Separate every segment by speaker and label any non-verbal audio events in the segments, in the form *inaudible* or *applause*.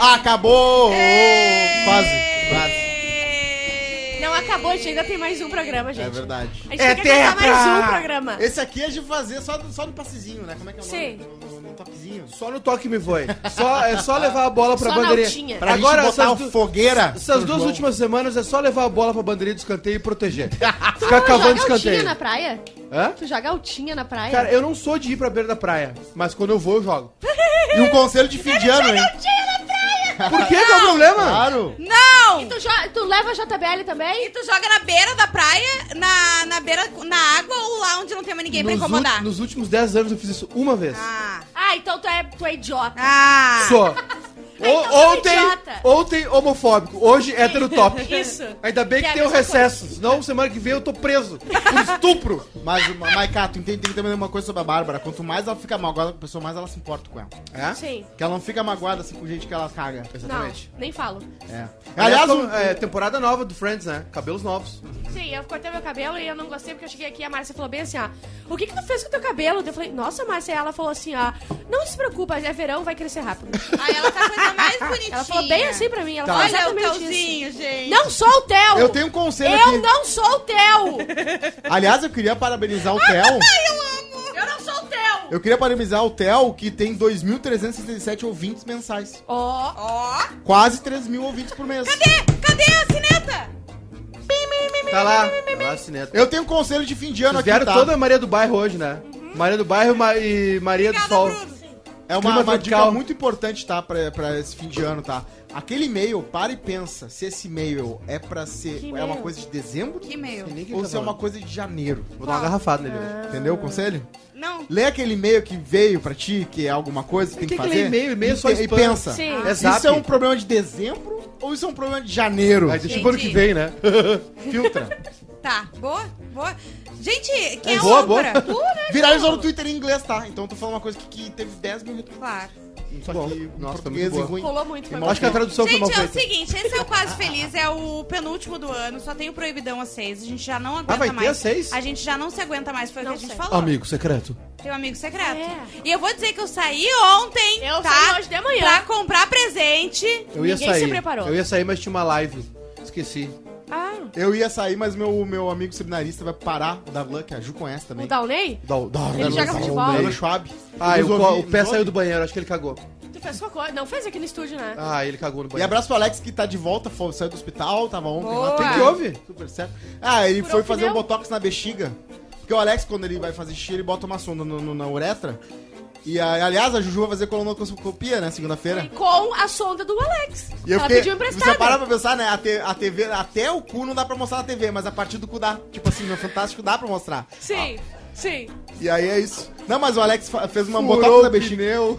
Speaker 1: acabou!
Speaker 2: Ei!
Speaker 1: Quase, quase.
Speaker 3: Não acabou, gente. Ainda tem mais um programa, gente.
Speaker 1: É verdade.
Speaker 3: A gente
Speaker 2: É
Speaker 3: tem que acabar
Speaker 2: tetra!
Speaker 3: mais um programa.
Speaker 1: Esse aqui é de fazer só, no- só no passezinho, né? Como é que é o
Speaker 3: Sim.
Speaker 1: nome? No- no- No toquezinho.
Speaker 2: Só no toque me foi. Só, é só levar a bola pra
Speaker 3: Só na
Speaker 2: bandeirinha.
Speaker 3: altinha.
Speaker 1: Pra
Speaker 2: Agora,
Speaker 1: gente botar
Speaker 2: essas,
Speaker 1: o
Speaker 2: du- *laughs*
Speaker 1: fogueira.
Speaker 2: essas duas
Speaker 1: João.
Speaker 2: últimas semanas é só levar a bola pra bandeirinha de escanteio e proteger.
Speaker 3: Tu
Speaker 2: Ficar cavando
Speaker 3: joga altinha
Speaker 2: escanteio.
Speaker 3: na praia?
Speaker 2: Hã?
Speaker 3: Tu joga altinha na praia?
Speaker 2: Cara, eu não sou de ir pra beira da praia, mas quando eu vou, eu jogo.
Speaker 1: E um conselho de fim de ano, hein?
Speaker 2: Por que? Qual é o problema?
Speaker 1: Claro.
Speaker 4: Não!
Speaker 3: Tu, jo- tu leva a JBL
Speaker 4: E
Speaker 3: também?
Speaker 4: tu joga na beira da praia, na, na beira, na água ou lá onde não tem mais ninguém pra
Speaker 2: Nos,
Speaker 4: incomodar?
Speaker 2: ú- nos últimos 10 anos eu fiz isso uma vez.
Speaker 4: Ah.
Speaker 3: Ah, então tu é, tu é idiota.
Speaker 4: Ah.
Speaker 2: Só.
Speaker 3: então
Speaker 2: O-
Speaker 3: tu é um
Speaker 2: ontem,
Speaker 3: idiota.
Speaker 2: ontem homofóbico, hoje é hétero top.
Speaker 3: *laughs* Isso.
Speaker 2: Ainda bem que
Speaker 3: Que é a
Speaker 2: tem o
Speaker 3: mesma
Speaker 2: recesso, senão semana que vem eu tô preso por
Speaker 3: *laughs*
Speaker 2: estupro.
Speaker 1: Mas, ma- Maiká, tu entende tem também uma coisa sobre a Bárbara. Quanto mais ela fica magoada com a pessoa, mais ela se importa com ela.
Speaker 2: É?
Speaker 3: Sim.
Speaker 1: Que ela não fica magoada assim com gente que ela caga.
Speaker 3: Não,
Speaker 2: Exatamente.
Speaker 3: nem falo.
Speaker 1: É.
Speaker 2: Aliás,
Speaker 1: Aliás,
Speaker 2: como-
Speaker 1: um-
Speaker 2: é, temporada nova do Friends, né? Cabelos novos.
Speaker 3: Sim, eu cortei meu cabelo e eu não gostei porque eu cheguei aqui e a Márcia falou bem assim, ó. O que que tu fez com teu cabelo? Eu falei, nossa, Márcia. Ela falou assim, ó. Não se preocupa, é verão, vai crescer rápido.
Speaker 4: Aí ela tá a coisa mais bonitinha.
Speaker 3: Ela falou bem assim pra
Speaker 2: Tá.
Speaker 3: mim. Ela falou
Speaker 4: Olha o
Speaker 3: exatamente isso.
Speaker 4: calzinho, gente.
Speaker 3: Não sou o Theo!
Speaker 1: eu tenho um conselho
Speaker 3: Eu
Speaker 1: aqui.
Speaker 3: não sou o
Speaker 4: *laughs*
Speaker 3: Theo!
Speaker 1: Aliás, eu queria parabenizar o Theo.
Speaker 3: eu não sou o Theo!
Speaker 1: Eu queria parabenizar o Theo, que tem 2.367 ouvintes mensais.
Speaker 3: Ó,
Speaker 4: Ó.
Speaker 1: Quase 3 mil ouvintes por mês.
Speaker 4: Cadê? Cadê a cineta?
Speaker 2: Tá lá. Tá lá, Cineta.
Speaker 1: Eu tenho um conselho de fim de ano
Speaker 2: Vocês
Speaker 1: aqui,
Speaker 2: vieram
Speaker 1: tá?
Speaker 2: toda a Maria do Bairro hoje, né? Maria do Bairro Ma- e Maria do Sol.
Speaker 1: É uma,
Speaker 2: clima
Speaker 1: uma
Speaker 2: tropical.
Speaker 1: dica muito importante, tá? Pra, pra esse fim de ano, tá? Aquele e-mail, para e pensa se esse e-mail é pra ser...
Speaker 3: Que
Speaker 1: É uma
Speaker 3: e-mail?
Speaker 1: coisa de dezembro
Speaker 4: Que e-mail?
Speaker 2: Ninguém quer
Speaker 1: ou se é
Speaker 2: falar.
Speaker 1: uma coisa de janeiro.
Speaker 2: Vou dar uma garrafada nele né? hoje.
Speaker 1: Entendeu o conselho?
Speaker 4: Não.
Speaker 1: Lê aquele e-mail que veio pra ti, que é alguma coisa que tem
Speaker 2: que
Speaker 1: que,
Speaker 2: que
Speaker 1: fazer.
Speaker 2: lê e-mail? E-mail é só
Speaker 1: e, e
Speaker 2: spam.
Speaker 1: pensa.
Speaker 3: sim.
Speaker 2: É
Speaker 1: Isso é um
Speaker 2: zap.
Speaker 1: problema de dezembro ou isso é um problema de janeiro?
Speaker 2: Aí deixa pro ano que vem, *laughs* né?
Speaker 1: Filtra.
Speaker 4: Tá. Boa? Boa. Gente, quem é,
Speaker 2: É,
Speaker 4: o
Speaker 2: boa,
Speaker 4: âncora?
Speaker 2: boa.
Speaker 4: Tu, né?
Speaker 1: Viralizou no Twitter em inglês, tá? Então eu tô falando uma coisa que, que teve 10 mil retweets.
Speaker 2: *laughs*
Speaker 4: Claro.
Speaker 1: Só
Speaker 2: Bom,
Speaker 1: que
Speaker 2: nossa,
Speaker 1: nossa,
Speaker 2: tá
Speaker 1: português
Speaker 2: muito
Speaker 1: e
Speaker 2: boa.
Speaker 1: ruim.
Speaker 3: Rolou muito, foi
Speaker 1: Irmão,
Speaker 3: mal.
Speaker 2: Acho que a tradução foi mal
Speaker 4: Gente, é o
Speaker 2: feita.
Speaker 4: seguinte, esse é o Quase Feliz, é o penúltimo do ano, só tem o Proibidão às seis, a gente já não aguenta
Speaker 2: Ah, vai ter
Speaker 4: mais.
Speaker 2: às seis?
Speaker 4: A gente já não se aguenta mais, foi
Speaker 3: Não
Speaker 4: o que a gente
Speaker 3: sei.
Speaker 4: falou.
Speaker 2: Amigo secreto.
Speaker 4: Tem um amigo secreto.
Speaker 3: É.
Speaker 4: E eu vou dizer que eu saí ontem,
Speaker 3: Eu
Speaker 4: tá?
Speaker 3: saí hoje de manhã.
Speaker 4: Pra comprar presente.
Speaker 2: Eu ia
Speaker 3: Ninguém se
Speaker 2: sair.
Speaker 3: preparou.
Speaker 2: Eu ia sair, mas tinha uma live. Esqueci.
Speaker 3: Ah,
Speaker 1: Eu ia sair, mas meu, meu amigo seminarista vai parar, o Darlan, que a Ju conhece também. Ah,
Speaker 3: o Downey?
Speaker 2: Dá- dá-
Speaker 3: Ele
Speaker 2: dá-
Speaker 3: joga
Speaker 2: dá-
Speaker 3: futebol.
Speaker 2: dá-
Speaker 1: Darlan
Speaker 2: dá-
Speaker 1: Schwab.
Speaker 2: Ah, e
Speaker 1: Nos
Speaker 2: o,
Speaker 1: ouvi-
Speaker 2: co- o pé
Speaker 1: nos
Speaker 2: saiu do
Speaker 1: ouve.
Speaker 2: banheiro, acho que ele cagou.
Speaker 3: Tu fez cocô? Não fez aqui no estúdio, né?
Speaker 2: Ah, ele cagou no
Speaker 1: E
Speaker 2: banheiro.
Speaker 1: abraço pro Alex, que tá de volta, foi- saiu do hospital, tava ontem lá.
Speaker 4: Boa.
Speaker 1: Tem
Speaker 2: que houve?
Speaker 1: Super certo. Ah, ele
Speaker 3: Furou
Speaker 1: foi
Speaker 3: o
Speaker 1: fazer um
Speaker 3: pneu?
Speaker 1: botox na bexiga. Porque o Alex, quando ele vai fazer xixi, ele bota uma sonda no- no- na uretra. E, a- aliás, a Juju vai fazer colonoscopia, né, segunda-feira.
Speaker 3: E com a sonda do Alex.
Speaker 1: E eu
Speaker 3: Ela
Speaker 1: fiquei,
Speaker 3: pediu
Speaker 1: Você parar
Speaker 3: emprestada.
Speaker 1: pra pensar, né? A, te- a TV, até o cu não dá pra mostrar na TV, mas a partir do cu dá. Tipo assim, no Fantástico dá pra mostrar.
Speaker 3: Sim, sim.
Speaker 1: E aí é isso. Não, mas o Alex fa- fez uma
Speaker 2: Furou
Speaker 1: botox na
Speaker 2: o
Speaker 1: bexiga.
Speaker 4: Eu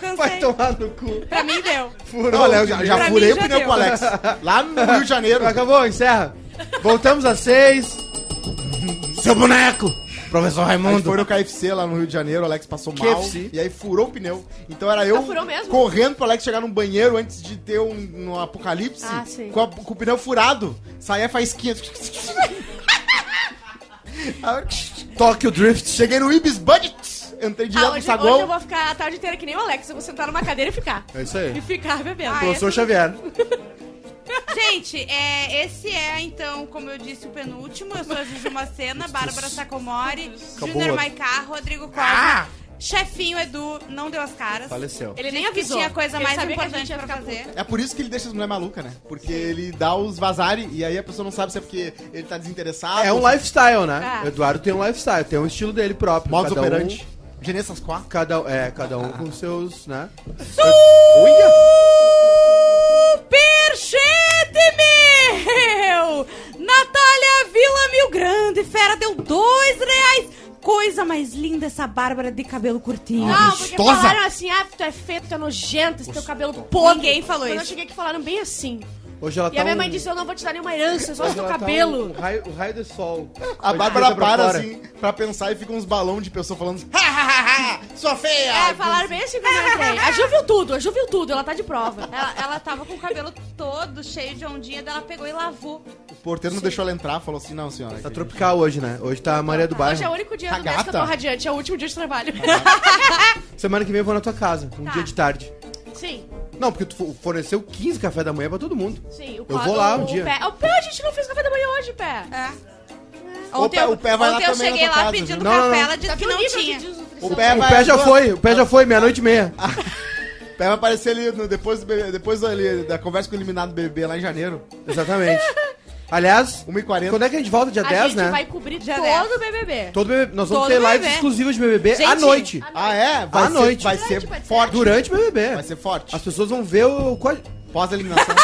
Speaker 4: cansei.
Speaker 2: Vai tomar no cu.
Speaker 4: Pra mim deu.
Speaker 2: Furou.
Speaker 1: Olha,
Speaker 2: o
Speaker 1: eu já,
Speaker 2: pneu.
Speaker 1: já
Speaker 4: Pra
Speaker 1: furei
Speaker 4: mim
Speaker 1: o
Speaker 4: já
Speaker 1: pneu
Speaker 4: deu.
Speaker 1: com o Alex. Lá no Rio de Janeiro.
Speaker 2: Acabou, encerra. Voltamos às seis. Seu boneco! Professor
Speaker 1: A gente foi
Speaker 2: Raimundo.
Speaker 1: no KFC lá no Rio de Janeiro, o Alex passou mal.
Speaker 2: KFC.
Speaker 1: E aí furou o pneu. Então era eu
Speaker 3: Ah, furou mesmo?
Speaker 1: correndo pro Alex chegar num banheiro antes de ter um, um apocalipse.
Speaker 3: Ah, sim.
Speaker 1: Com, a- com o pneu furado. Saía faísquinha.
Speaker 3: *laughs*
Speaker 2: Tóquio Drift.
Speaker 1: Cheguei no Ibis Budget. Entrei
Speaker 3: Ah,
Speaker 1: direto no
Speaker 3: hoje,
Speaker 1: saguão.
Speaker 3: hoje eu vou ficar a tarde inteira que nem o Alex. Eu vou sentar numa cadeira e ficar.
Speaker 2: É isso aí.
Speaker 3: E ficar bebendo.
Speaker 4: Ah,
Speaker 2: Professor Xavier.
Speaker 4: Gente, é, esse é, então, como eu disse, o penúltimo. Eu sou a Juju Macena, Bárbara Sacomori, Júnior Maiká, Rodrigo Costa,
Speaker 1: Ah!
Speaker 4: Chefinho Edu, não deu as caras.
Speaker 2: Faleceu.
Speaker 3: Ele nem
Speaker 4: Disse que
Speaker 3: avisou.
Speaker 4: tinha coisa
Speaker 3: Ele
Speaker 4: mais
Speaker 3: sabia que a gente
Speaker 4: importante
Speaker 3: ia
Speaker 4: pra
Speaker 3: ficar
Speaker 4: fazer.
Speaker 1: É por isso que ele deixa as mulheres malucas, né? Porque ele dá os vazare e aí a pessoa não sabe se é porque ele tá desinteressado.
Speaker 2: É um lifestyle, né?
Speaker 3: Ah.
Speaker 2: O Eduardo tem um lifestyle, tem um estilo dele próprio.
Speaker 1: Modus
Speaker 2: cada
Speaker 1: operandi. Genê essas
Speaker 2: Um,
Speaker 1: quatro.
Speaker 2: cada, um- é, cada um com seus, né?
Speaker 4: Superchete meu! Natália Vila Mil Grande, fera, deu dois reais. Coisa mais linda essa Bárbara de cabelo curtinho.
Speaker 1: Ah,
Speaker 3: Não, porque
Speaker 1: Gostosa.
Speaker 3: falaram assim, ah, tu é feio, tu é nojento, esse teu cabelo podre.
Speaker 4: Ninguém falou
Speaker 3: Quando eu
Speaker 4: isso.
Speaker 3: cheguei aqui falaram bem assim.
Speaker 2: Hoje ela tá
Speaker 3: E a minha
Speaker 2: um-
Speaker 3: mãe disse, eu não vou te dar nenhuma herança, só o
Speaker 2: hoje
Speaker 3: teu
Speaker 2: ela tá
Speaker 3: cabelo.
Speaker 2: um raio, o raio do sol.
Speaker 1: A
Speaker 2: Hoje
Speaker 1: Bárbara
Speaker 2: deita pra
Speaker 1: para
Speaker 2: fora.
Speaker 1: assim pra pensar e fica uns balão de pessoa falando assim, "Ha, ha, ha, ha, sua feia!
Speaker 3: É, falaram bem assim quando eu entrei. A Ju viu tudo, a Ju viu tudo, ela tá de prova.
Speaker 4: Ela, ela tava com o cabelo todo cheio de ondinha, daí ela pegou e lavou.
Speaker 3: É.
Speaker 1: O porteiro não deixou ela entrar, falou assim, não senhora.
Speaker 2: Tá tropical hoje, né? Hoje tá a Maria do
Speaker 3: Hoje é o
Speaker 2: Bairro.
Speaker 3: único dia
Speaker 1: A
Speaker 3: do mês que eu tô
Speaker 1: gata?
Speaker 3: radiante, é o último dia de trabalho.
Speaker 2: Semana que vem eu vou na tua casa, um
Speaker 3: Tá.
Speaker 2: dia de tarde.
Speaker 3: Sim.
Speaker 2: Não, porque tu fo- forneceu 15 café da manhã pra todo mundo.
Speaker 3: Sim, o
Speaker 2: Eu
Speaker 3: co-
Speaker 2: vou lá
Speaker 3: o-
Speaker 2: um
Speaker 3: o
Speaker 2: dia.
Speaker 3: Pé. O pé, a gente não fez café da manhã hoje, pé.
Speaker 4: É.
Speaker 1: O pé- o pé vai lá
Speaker 4: ontem eu
Speaker 1: também na
Speaker 4: cheguei
Speaker 1: tua
Speaker 4: lá
Speaker 1: casa,
Speaker 4: pedindo
Speaker 1: viu?
Speaker 2: Não, não,
Speaker 4: café,
Speaker 2: não.
Speaker 4: ela disse
Speaker 3: Tá
Speaker 4: que
Speaker 3: no
Speaker 4: não
Speaker 3: nível
Speaker 4: tinha.
Speaker 3: de desnutrição.
Speaker 1: O pé
Speaker 2: o
Speaker 1: vai
Speaker 2: pé é já
Speaker 1: duas-
Speaker 2: foi, o pé já foi, meia-noite e meia.
Speaker 1: O pé vai aparecer ali no- depois, do bebê- depois ali, da conversa com o eliminado bebê lá em janeiro.
Speaker 3: *laughs*
Speaker 2: Exatamente. Aliás,
Speaker 1: 1h40.
Speaker 2: quando é que a gente volta? Dia
Speaker 3: A
Speaker 2: 10,
Speaker 3: gente
Speaker 2: né?
Speaker 3: vai cobrir
Speaker 4: Já
Speaker 3: todo o BBB.
Speaker 2: Todo bebê... Nós vamos
Speaker 4: Todo
Speaker 2: ter lives
Speaker 4: bebê.
Speaker 2: exclusivas de BBB à
Speaker 4: Gente,
Speaker 2: noite.
Speaker 3: à
Speaker 1: Ah, é? Vai
Speaker 2: À
Speaker 1: ser,
Speaker 2: noite.
Speaker 1: Vai
Speaker 3: Durante,
Speaker 1: ser
Speaker 3: pode ser.
Speaker 1: forte.
Speaker 2: Durante o BBB.
Speaker 1: Vai ser forte.
Speaker 2: As pessoas vão ver o... qual-
Speaker 1: Pós-eliminação.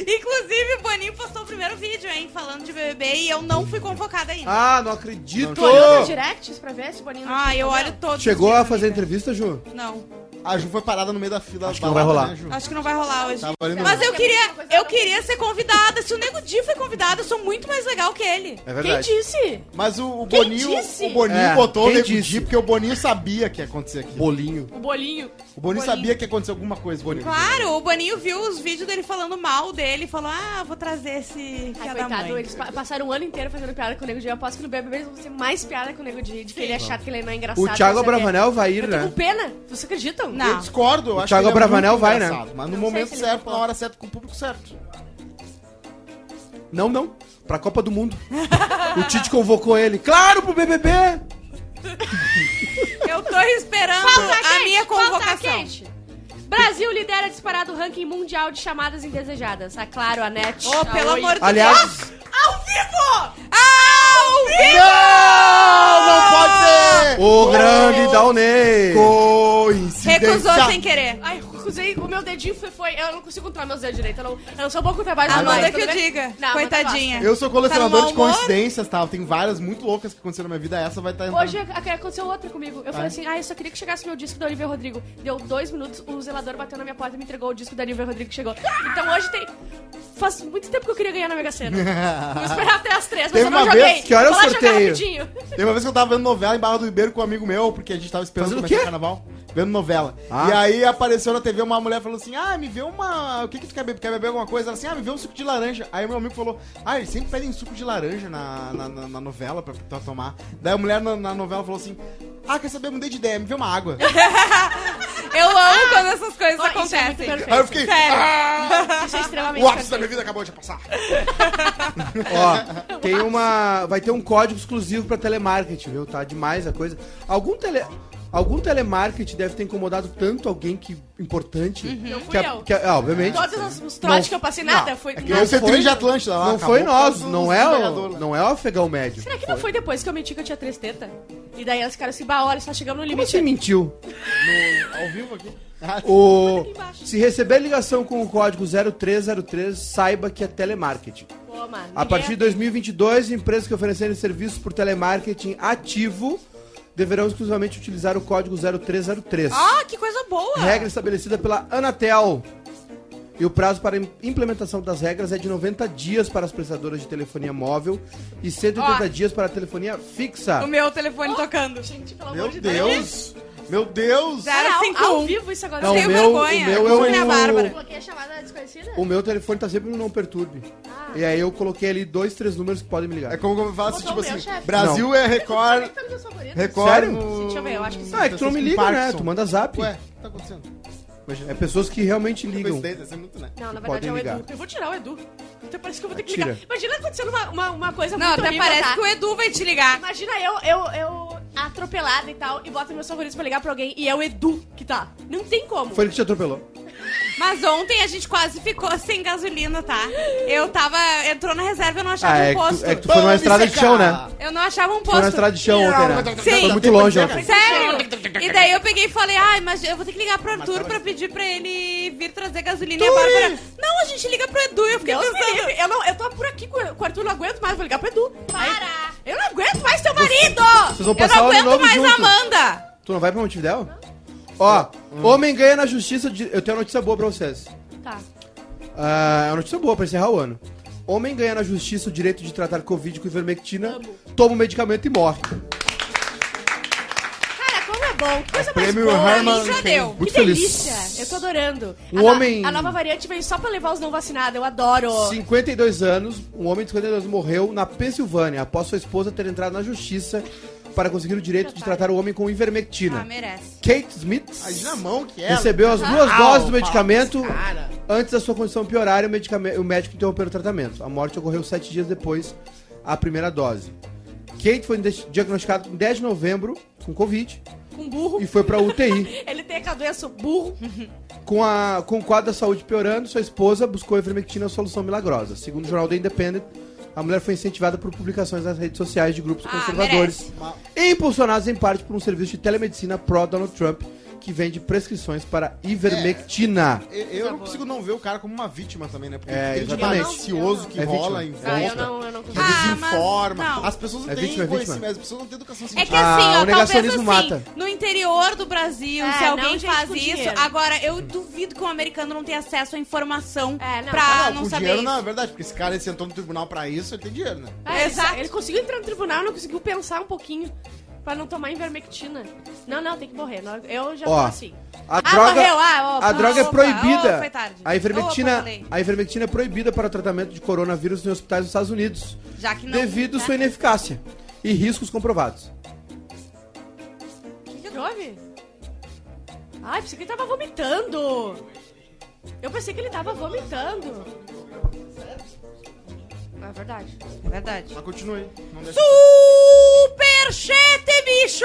Speaker 4: Inclusive, o Boninho postou o primeiro vídeo, hein, falando de BBB e eu não fui convocada ainda.
Speaker 2: Ah, não acredito!
Speaker 1: Não,
Speaker 3: Tu olhou nos directs pra ver se o Boninho não
Speaker 4: Ah,
Speaker 3: tinha
Speaker 4: eu
Speaker 3: cabelo?
Speaker 4: olho todos.
Speaker 2: Chegou
Speaker 4: os
Speaker 2: a
Speaker 4: vídeos,
Speaker 2: fazer
Speaker 4: amiga.
Speaker 2: entrevista, Ju?
Speaker 4: Não,
Speaker 1: a Ju foi parada no meio da fila.
Speaker 2: Acho
Speaker 1: da
Speaker 2: que não vai
Speaker 1: balada, né,
Speaker 2: rolar.
Speaker 1: Ju?
Speaker 4: acho que não vai rolar hoje.
Speaker 1: Tava ali no-
Speaker 4: Mas eu queria, eu queria ser convidada. Se o Nego Di foi convidado, eu sou muito mais legal que ele.
Speaker 2: É
Speaker 3: Quem disse?
Speaker 1: Mas o, o
Speaker 3: Quem
Speaker 1: Boninho,
Speaker 3: disse?
Speaker 1: o Boninho
Speaker 2: É,
Speaker 1: botou o
Speaker 2: quem
Speaker 1: Nego
Speaker 2: disse?
Speaker 1: Di, porque o Boninho sabia que ia acontecer aqui.
Speaker 2: Bolinho.
Speaker 3: O bolinho.
Speaker 1: O Boninho
Speaker 4: Boninho.
Speaker 1: sabia que ia acontecer alguma coisa, Boninho.
Speaker 4: Claro, o Boninho viu os vídeos dele falando mal dele, falou: "Ah, vou trazer esse
Speaker 3: Ai,
Speaker 4: que é da
Speaker 3: coitado,
Speaker 4: mãe".
Speaker 3: eles pa- passaram um ano inteiro fazendo piada com o Nego Di. Eu aposto que no BBB eles vão ser mais piada com o Nego Di, de que ele é chato, que ele não é engraçado.
Speaker 2: O Thiago
Speaker 3: não sei quê.
Speaker 2: Abravanel vai ir,
Speaker 3: Eu tô com
Speaker 2: né?
Speaker 3: pena. Vocês acreditam?
Speaker 4: Não.
Speaker 1: Eu discordo, eu
Speaker 2: O
Speaker 1: acho
Speaker 2: Thiago
Speaker 1: ele é
Speaker 2: Abravanel
Speaker 1: muito
Speaker 2: vai, né?
Speaker 1: engraçado, Mas no
Speaker 3: Não sei
Speaker 1: momento
Speaker 3: se ele
Speaker 1: certo,
Speaker 3: vai.
Speaker 1: na hora certa, com o público certo.
Speaker 2: Não, não. Pra Copa do Mundo. o Tite convocou ele. Claro, pro BBB!
Speaker 4: Eu tô esperando
Speaker 3: Pauta
Speaker 4: a
Speaker 3: quente,
Speaker 4: minha
Speaker 3: pauta
Speaker 4: convocação.
Speaker 3: quente. Brasil lidera disparado o ranking mundial de chamadas indesejadas. A Claro, a NET.
Speaker 4: Oh, pelo
Speaker 3: a Oi.
Speaker 4: amor de
Speaker 2: Aliás...
Speaker 4: Ao vivo! Ao
Speaker 2: Ah,
Speaker 1: Não, não pode ser!
Speaker 2: O grande Downey!
Speaker 1: Coincidência!
Speaker 4: Recusou sem querer.
Speaker 3: Ai, usei o meu dedinho foi, foi- Eu não consigo controlar meus dedos direito. Eu não, eu não sou bom com o trabalho de
Speaker 4: Amanda
Speaker 3: mãos,
Speaker 4: Ah, que
Speaker 3: tudo
Speaker 4: eu
Speaker 3: bem?
Speaker 4: diga.
Speaker 3: Não, Amanda
Speaker 4: Coitadinha.
Speaker 1: Eu sou colecionador
Speaker 4: Tá no
Speaker 1: de
Speaker 4: mau humor?
Speaker 1: coincidências, tá? Tem várias muito loucas que aconteceram na minha vida, essa vai estar entrando.
Speaker 3: Hoje a- a- aconteceu outra comigo. Eu falei assim, ah, eu só queria que chegasse meu disco da Olivia Rodrigo. Deu dois minutos, o zelador bateu na minha porta e me entregou o disco da Olivia Rodrigo que chegou. Então hoje tem... Faz muito tempo que eu queria ganhar na Mega Sena. Vou esperar até as três, mas
Speaker 1: Teve
Speaker 3: eu não
Speaker 1: uma
Speaker 3: joguei.
Speaker 1: vez-
Speaker 2: que hora é o
Speaker 3: Vou lá jogar
Speaker 2: sorteio?
Speaker 3: rapidinho.
Speaker 1: Teve uma vez que eu tava vendo novela em Barra do Ribeiro com um amigo meu, porque a gente tava esperando
Speaker 2: Fazendo o
Speaker 1: começar
Speaker 2: quê?
Speaker 1: o carnaval. Vendo novela.
Speaker 2: Ah.
Speaker 1: E aí apareceu na TV uma mulher falando assim: Ah, me vê uma. O que, que tu quer beber? Quer beber alguma coisa? Ela assim, ah, me vê um suco de laranja. Aí meu amigo falou: Ah, eles sempre pedem suco de laranja na, na, na- na novela pra, pra tomar. Daí a mulher na, na novela falou assim: Ah, quer saber? Mudei de ideia, me vê uma
Speaker 3: *laughs*
Speaker 1: água.
Speaker 4: Eu amo quando essas coisas
Speaker 3: Ó, isso é muito
Speaker 4: acontecem.
Speaker 3: perfeito.
Speaker 1: aí eu fiquei. "Ah,
Speaker 4: Sério.
Speaker 3: Isso é extremamente
Speaker 1: O ápice da
Speaker 3: perfeito.
Speaker 1: minha vida acabou de passar.
Speaker 2: Ó, tem uma. Vai ter um código exclusivo pra telemarketing, viu? Tá demais a coisa. Algum tele. Algum telemarketing deve ter incomodado tanto alguém que importante.
Speaker 3: Uhum. Não
Speaker 2: Que,
Speaker 3: fui
Speaker 2: a-
Speaker 3: eu.
Speaker 2: que a- é, obviamente.
Speaker 3: Todos os, os trotes
Speaker 2: Não,
Speaker 3: que eu passei,
Speaker 2: não.
Speaker 3: nada. Foi,
Speaker 1: É que
Speaker 3: não.
Speaker 1: deve ser
Speaker 2: foi-
Speaker 1: tringe Atlântida lá.
Speaker 2: não
Speaker 1: acabou
Speaker 2: foi
Speaker 1: por
Speaker 2: nós,
Speaker 1: causa
Speaker 2: não
Speaker 1: dos
Speaker 2: é,
Speaker 1: empregador
Speaker 2: o,
Speaker 1: lá.
Speaker 2: não é o afegão médio.
Speaker 3: Será que não foi depois que eu menti que eu tinha três tetas? E daí elas ficaram assim, bah, olha, só chegamos no
Speaker 2: Como
Speaker 3: limite.
Speaker 2: assim mentiu?
Speaker 1: No- ao vivo aqui.
Speaker 2: O,
Speaker 3: embaixo.
Speaker 2: se receber ligação com o código 0303, saiba que é telemarketing.
Speaker 3: Pô, mano,
Speaker 2: A
Speaker 3: ninguém-
Speaker 2: partir de 2022, empresas que oferecerem serviços por telemarketing ativo deverão exclusivamente utilizar o código 0303.
Speaker 3: é-
Speaker 4: Ah, que coisa boa!
Speaker 2: Regra estabelecida pela Anatel. E o prazo para im- implementação das regras é de 90 dias para as prestadoras de telefonia móvel e 180
Speaker 4: Ó.
Speaker 2: dias para a telefonia fixa.
Speaker 4: O meu telefone tocando.
Speaker 3: Gente, pelo
Speaker 1: Meu
Speaker 3: amor de Deus.
Speaker 1: Deus! Meu Deus!
Speaker 4: Zero
Speaker 3: Ao-
Speaker 4: cinco
Speaker 3: ao
Speaker 4: um.
Speaker 3: vivo isso agora.
Speaker 2: Não,
Speaker 3: Eu
Speaker 2: o
Speaker 4: Tenho
Speaker 2: meu-
Speaker 4: vergonha.
Speaker 2: o meu
Speaker 4: Como
Speaker 2: é
Speaker 4: minha
Speaker 2: o-
Speaker 4: Bárbara.
Speaker 3: Bloqueei a chamada desconhecida?
Speaker 2: O meu telefone tá sempre no não perturbe.
Speaker 3: Ah.
Speaker 2: E aí eu coloquei ali dois, três números que podem me ligar.
Speaker 1: É como eu falo assim,
Speaker 3: Botou
Speaker 1: tipo
Speaker 3: o meu,
Speaker 1: assim,
Speaker 3: chefe.
Speaker 1: Brasil é
Speaker 3: Será
Speaker 1: Record.
Speaker 3: que tá nos meus favoritos?
Speaker 1: Record.
Speaker 2: Sério?
Speaker 1: no-
Speaker 3: Sim, deixa eu ver, eu acho que sim.
Speaker 2: Ah, é que tu não me
Speaker 1: Pessoas com
Speaker 2: liga, né?
Speaker 1: Parkinson.
Speaker 2: Tu manda zap.
Speaker 1: Ué, o que tá acontecendo?
Speaker 2: É pessoas que realmente ligam.
Speaker 1: Coincidência, isso é muito, né?
Speaker 3: Não, na verdade
Speaker 2: Podem
Speaker 3: é o
Speaker 2: ligar.
Speaker 3: Edu. Eu vou tirar o Edu. Então parece que eu vou ter que
Speaker 2: Tira.
Speaker 3: ligar. Imagina acontecendo uma, uma, uma coisa
Speaker 4: Não,
Speaker 3: muito
Speaker 4: até
Speaker 3: horrível,
Speaker 4: parece
Speaker 3: tá?
Speaker 4: que o Edu vai te ligar.
Speaker 3: Imagina eu, eu, eu atropelada e tal, e boto meus favoritos pra ligar pra alguém, e é o Edu que tá. Não tem como.
Speaker 2: Foi ele que te atropelou.
Speaker 4: Mas ontem a gente quase ficou sem gasolina, tá? Eu tava. Entrou na reserva e eu não achava
Speaker 2: é,
Speaker 4: um
Speaker 2: que tu-
Speaker 4: posto.
Speaker 2: é que tu foi numa
Speaker 1: Vamos
Speaker 2: estrada de
Speaker 1: secar.
Speaker 2: chão, né?
Speaker 4: Eu não achava um
Speaker 2: Foi numa
Speaker 4: posto.
Speaker 2: estrada de chão ontem, né?
Speaker 4: Sim.
Speaker 2: Foi muito longe ontem.
Speaker 4: Sério? E daí eu peguei e falei, ai, mas eu vou ter que ligar pro Arthur pra pedir pra ele vir trazer gasolina. E a Bárbara, não, a gente liga pro Edu. E eu fiquei
Speaker 3: Deus me
Speaker 4: pensando,
Speaker 3: livre. Eu, não, eu tô por aqui com com o Arthur, não aguento mais, vou ligar pro Edu. Para! eu não aguento mais teu marido!
Speaker 2: Vocês vão
Speaker 4: eu
Speaker 2: passar
Speaker 4: não
Speaker 2: o ano
Speaker 4: aguento
Speaker 2: novo
Speaker 4: mais a
Speaker 2: junto.
Speaker 4: Amanda.
Speaker 2: Tu não vai pra Montevidéu? Ó, homem ganha na justiça. de- Eu tenho uma notícia boa pra vocês.
Speaker 3: Tá.
Speaker 2: Ah, é uma notícia boa pra encerrar o ano. Homem ganha na justiça o direito de tratar Covid com ivermectina,
Speaker 3: Amo.
Speaker 2: toma o medicamento e morre.
Speaker 3: Cara, como é bom, que coisa mais
Speaker 1: Prêmio
Speaker 3: boa.
Speaker 1: Herman.
Speaker 4: Isso deu.
Speaker 3: Que
Speaker 2: Muito
Speaker 3: delícia!
Speaker 2: feliz.
Speaker 3: Eu tô adorando.
Speaker 2: Um
Speaker 3: a, no-
Speaker 2: homem-
Speaker 3: a nova variante veio só pra levar os não vacinados, eu adoro.
Speaker 2: 52 anos, um homem de 52 anos morreu na Pensilvânia após sua esposa ter entrado na justiça para conseguir o direito de tratar o homem com
Speaker 4: Ah,
Speaker 2: ivermectina.
Speaker 4: merece.
Speaker 2: Kate Smith
Speaker 1: Imagina a mão que é.
Speaker 2: recebeu as duas
Speaker 1: Ah,
Speaker 2: doses
Speaker 1: o
Speaker 2: do
Speaker 1: pau
Speaker 2: medicamento
Speaker 1: desse cara.
Speaker 2: antes da sua condição piorar e o, medicame- o médico interrompeu o tratamento. A morte ocorreu sete dias depois da primeira dose. Kate foi des- diagnosticada em 10 de novembro com Covid
Speaker 3: Com burro.
Speaker 2: e Uhum. foi para UTI.
Speaker 3: Ele tem aquela doença burro.
Speaker 2: Com, a, com o quadro da saúde piorando, sua esposa buscou a ivermectina solução milagrosa. Segundo o jornal The Independent, a mulher foi incentivada por publicações nas redes sociais de grupos
Speaker 4: Ah,
Speaker 2: conservadores, impulsionados em parte por um serviço de telemedicina pró-Donald Trump, que vende prescrições para ivermectina.
Speaker 1: Eu, eu não consigo não ver o cara como uma vítima também, né? Porque
Speaker 2: É,
Speaker 1: tem de
Speaker 2: exatamente.
Speaker 1: malicioso que
Speaker 2: É vítima.
Speaker 1: rola em
Speaker 3: Ah, eu
Speaker 1: volta.
Speaker 3: não, eu não consigo.
Speaker 4: Ah,
Speaker 1: Que
Speaker 4: mas
Speaker 1: desinforma.
Speaker 4: não.
Speaker 1: As pessoas não
Speaker 2: É
Speaker 1: têm
Speaker 2: vítima, é vítima.
Speaker 1: conhecimento, as pessoas não têm educação
Speaker 4: É que
Speaker 1: científica.
Speaker 2: Ah,
Speaker 4: assim,
Speaker 2: o
Speaker 4: ó, talvez
Speaker 2: negacionismo
Speaker 4: assim,
Speaker 2: mata.
Speaker 4: no interior do Brasil,
Speaker 3: É,
Speaker 4: se alguém
Speaker 3: não gente
Speaker 4: faz
Speaker 3: com
Speaker 4: isso,
Speaker 3: dinheiro.
Speaker 4: agora eu duvido que um americano não tenha acesso à informação
Speaker 3: É, não,
Speaker 4: pra
Speaker 3: tá
Speaker 1: com
Speaker 4: não saber
Speaker 1: dinheiro
Speaker 4: isso.
Speaker 1: não é verdade, porque esse cara ele sentou no tribunal pra isso, ele tem dinheiro, né?
Speaker 3: Ah, ele-
Speaker 4: Exato.
Speaker 3: Ele conseguiu entrar no tribunal, não conseguiu pensar um pouquinho pra não tomar invermectina. Não, não, tem que morrer. Não, Eu já tô
Speaker 2: Ó,
Speaker 3: assim.
Speaker 2: A
Speaker 4: Ah,
Speaker 2: droga,
Speaker 4: morreu, ah, ó,
Speaker 2: a droga é
Speaker 4: opa,
Speaker 2: proibida.
Speaker 4: oh, foi tarde.
Speaker 2: a,
Speaker 4: Opa,
Speaker 2: ivermectina,
Speaker 4: falei.
Speaker 2: a ivermectina é proibida para o tratamento de coronavírus em hospitais dos Estados Unidos,
Speaker 4: Já que não.
Speaker 2: devido à
Speaker 4: né?
Speaker 2: sua ineficácia e riscos comprovados.
Speaker 3: O que, que houve? Ai, pensei que ele tava vomitando. Eu pensei que ele tava vomitando. É verdade.
Speaker 4: Verdade.
Speaker 1: Mas continua aí. Não deixa...
Speaker 4: Superchete, bicho!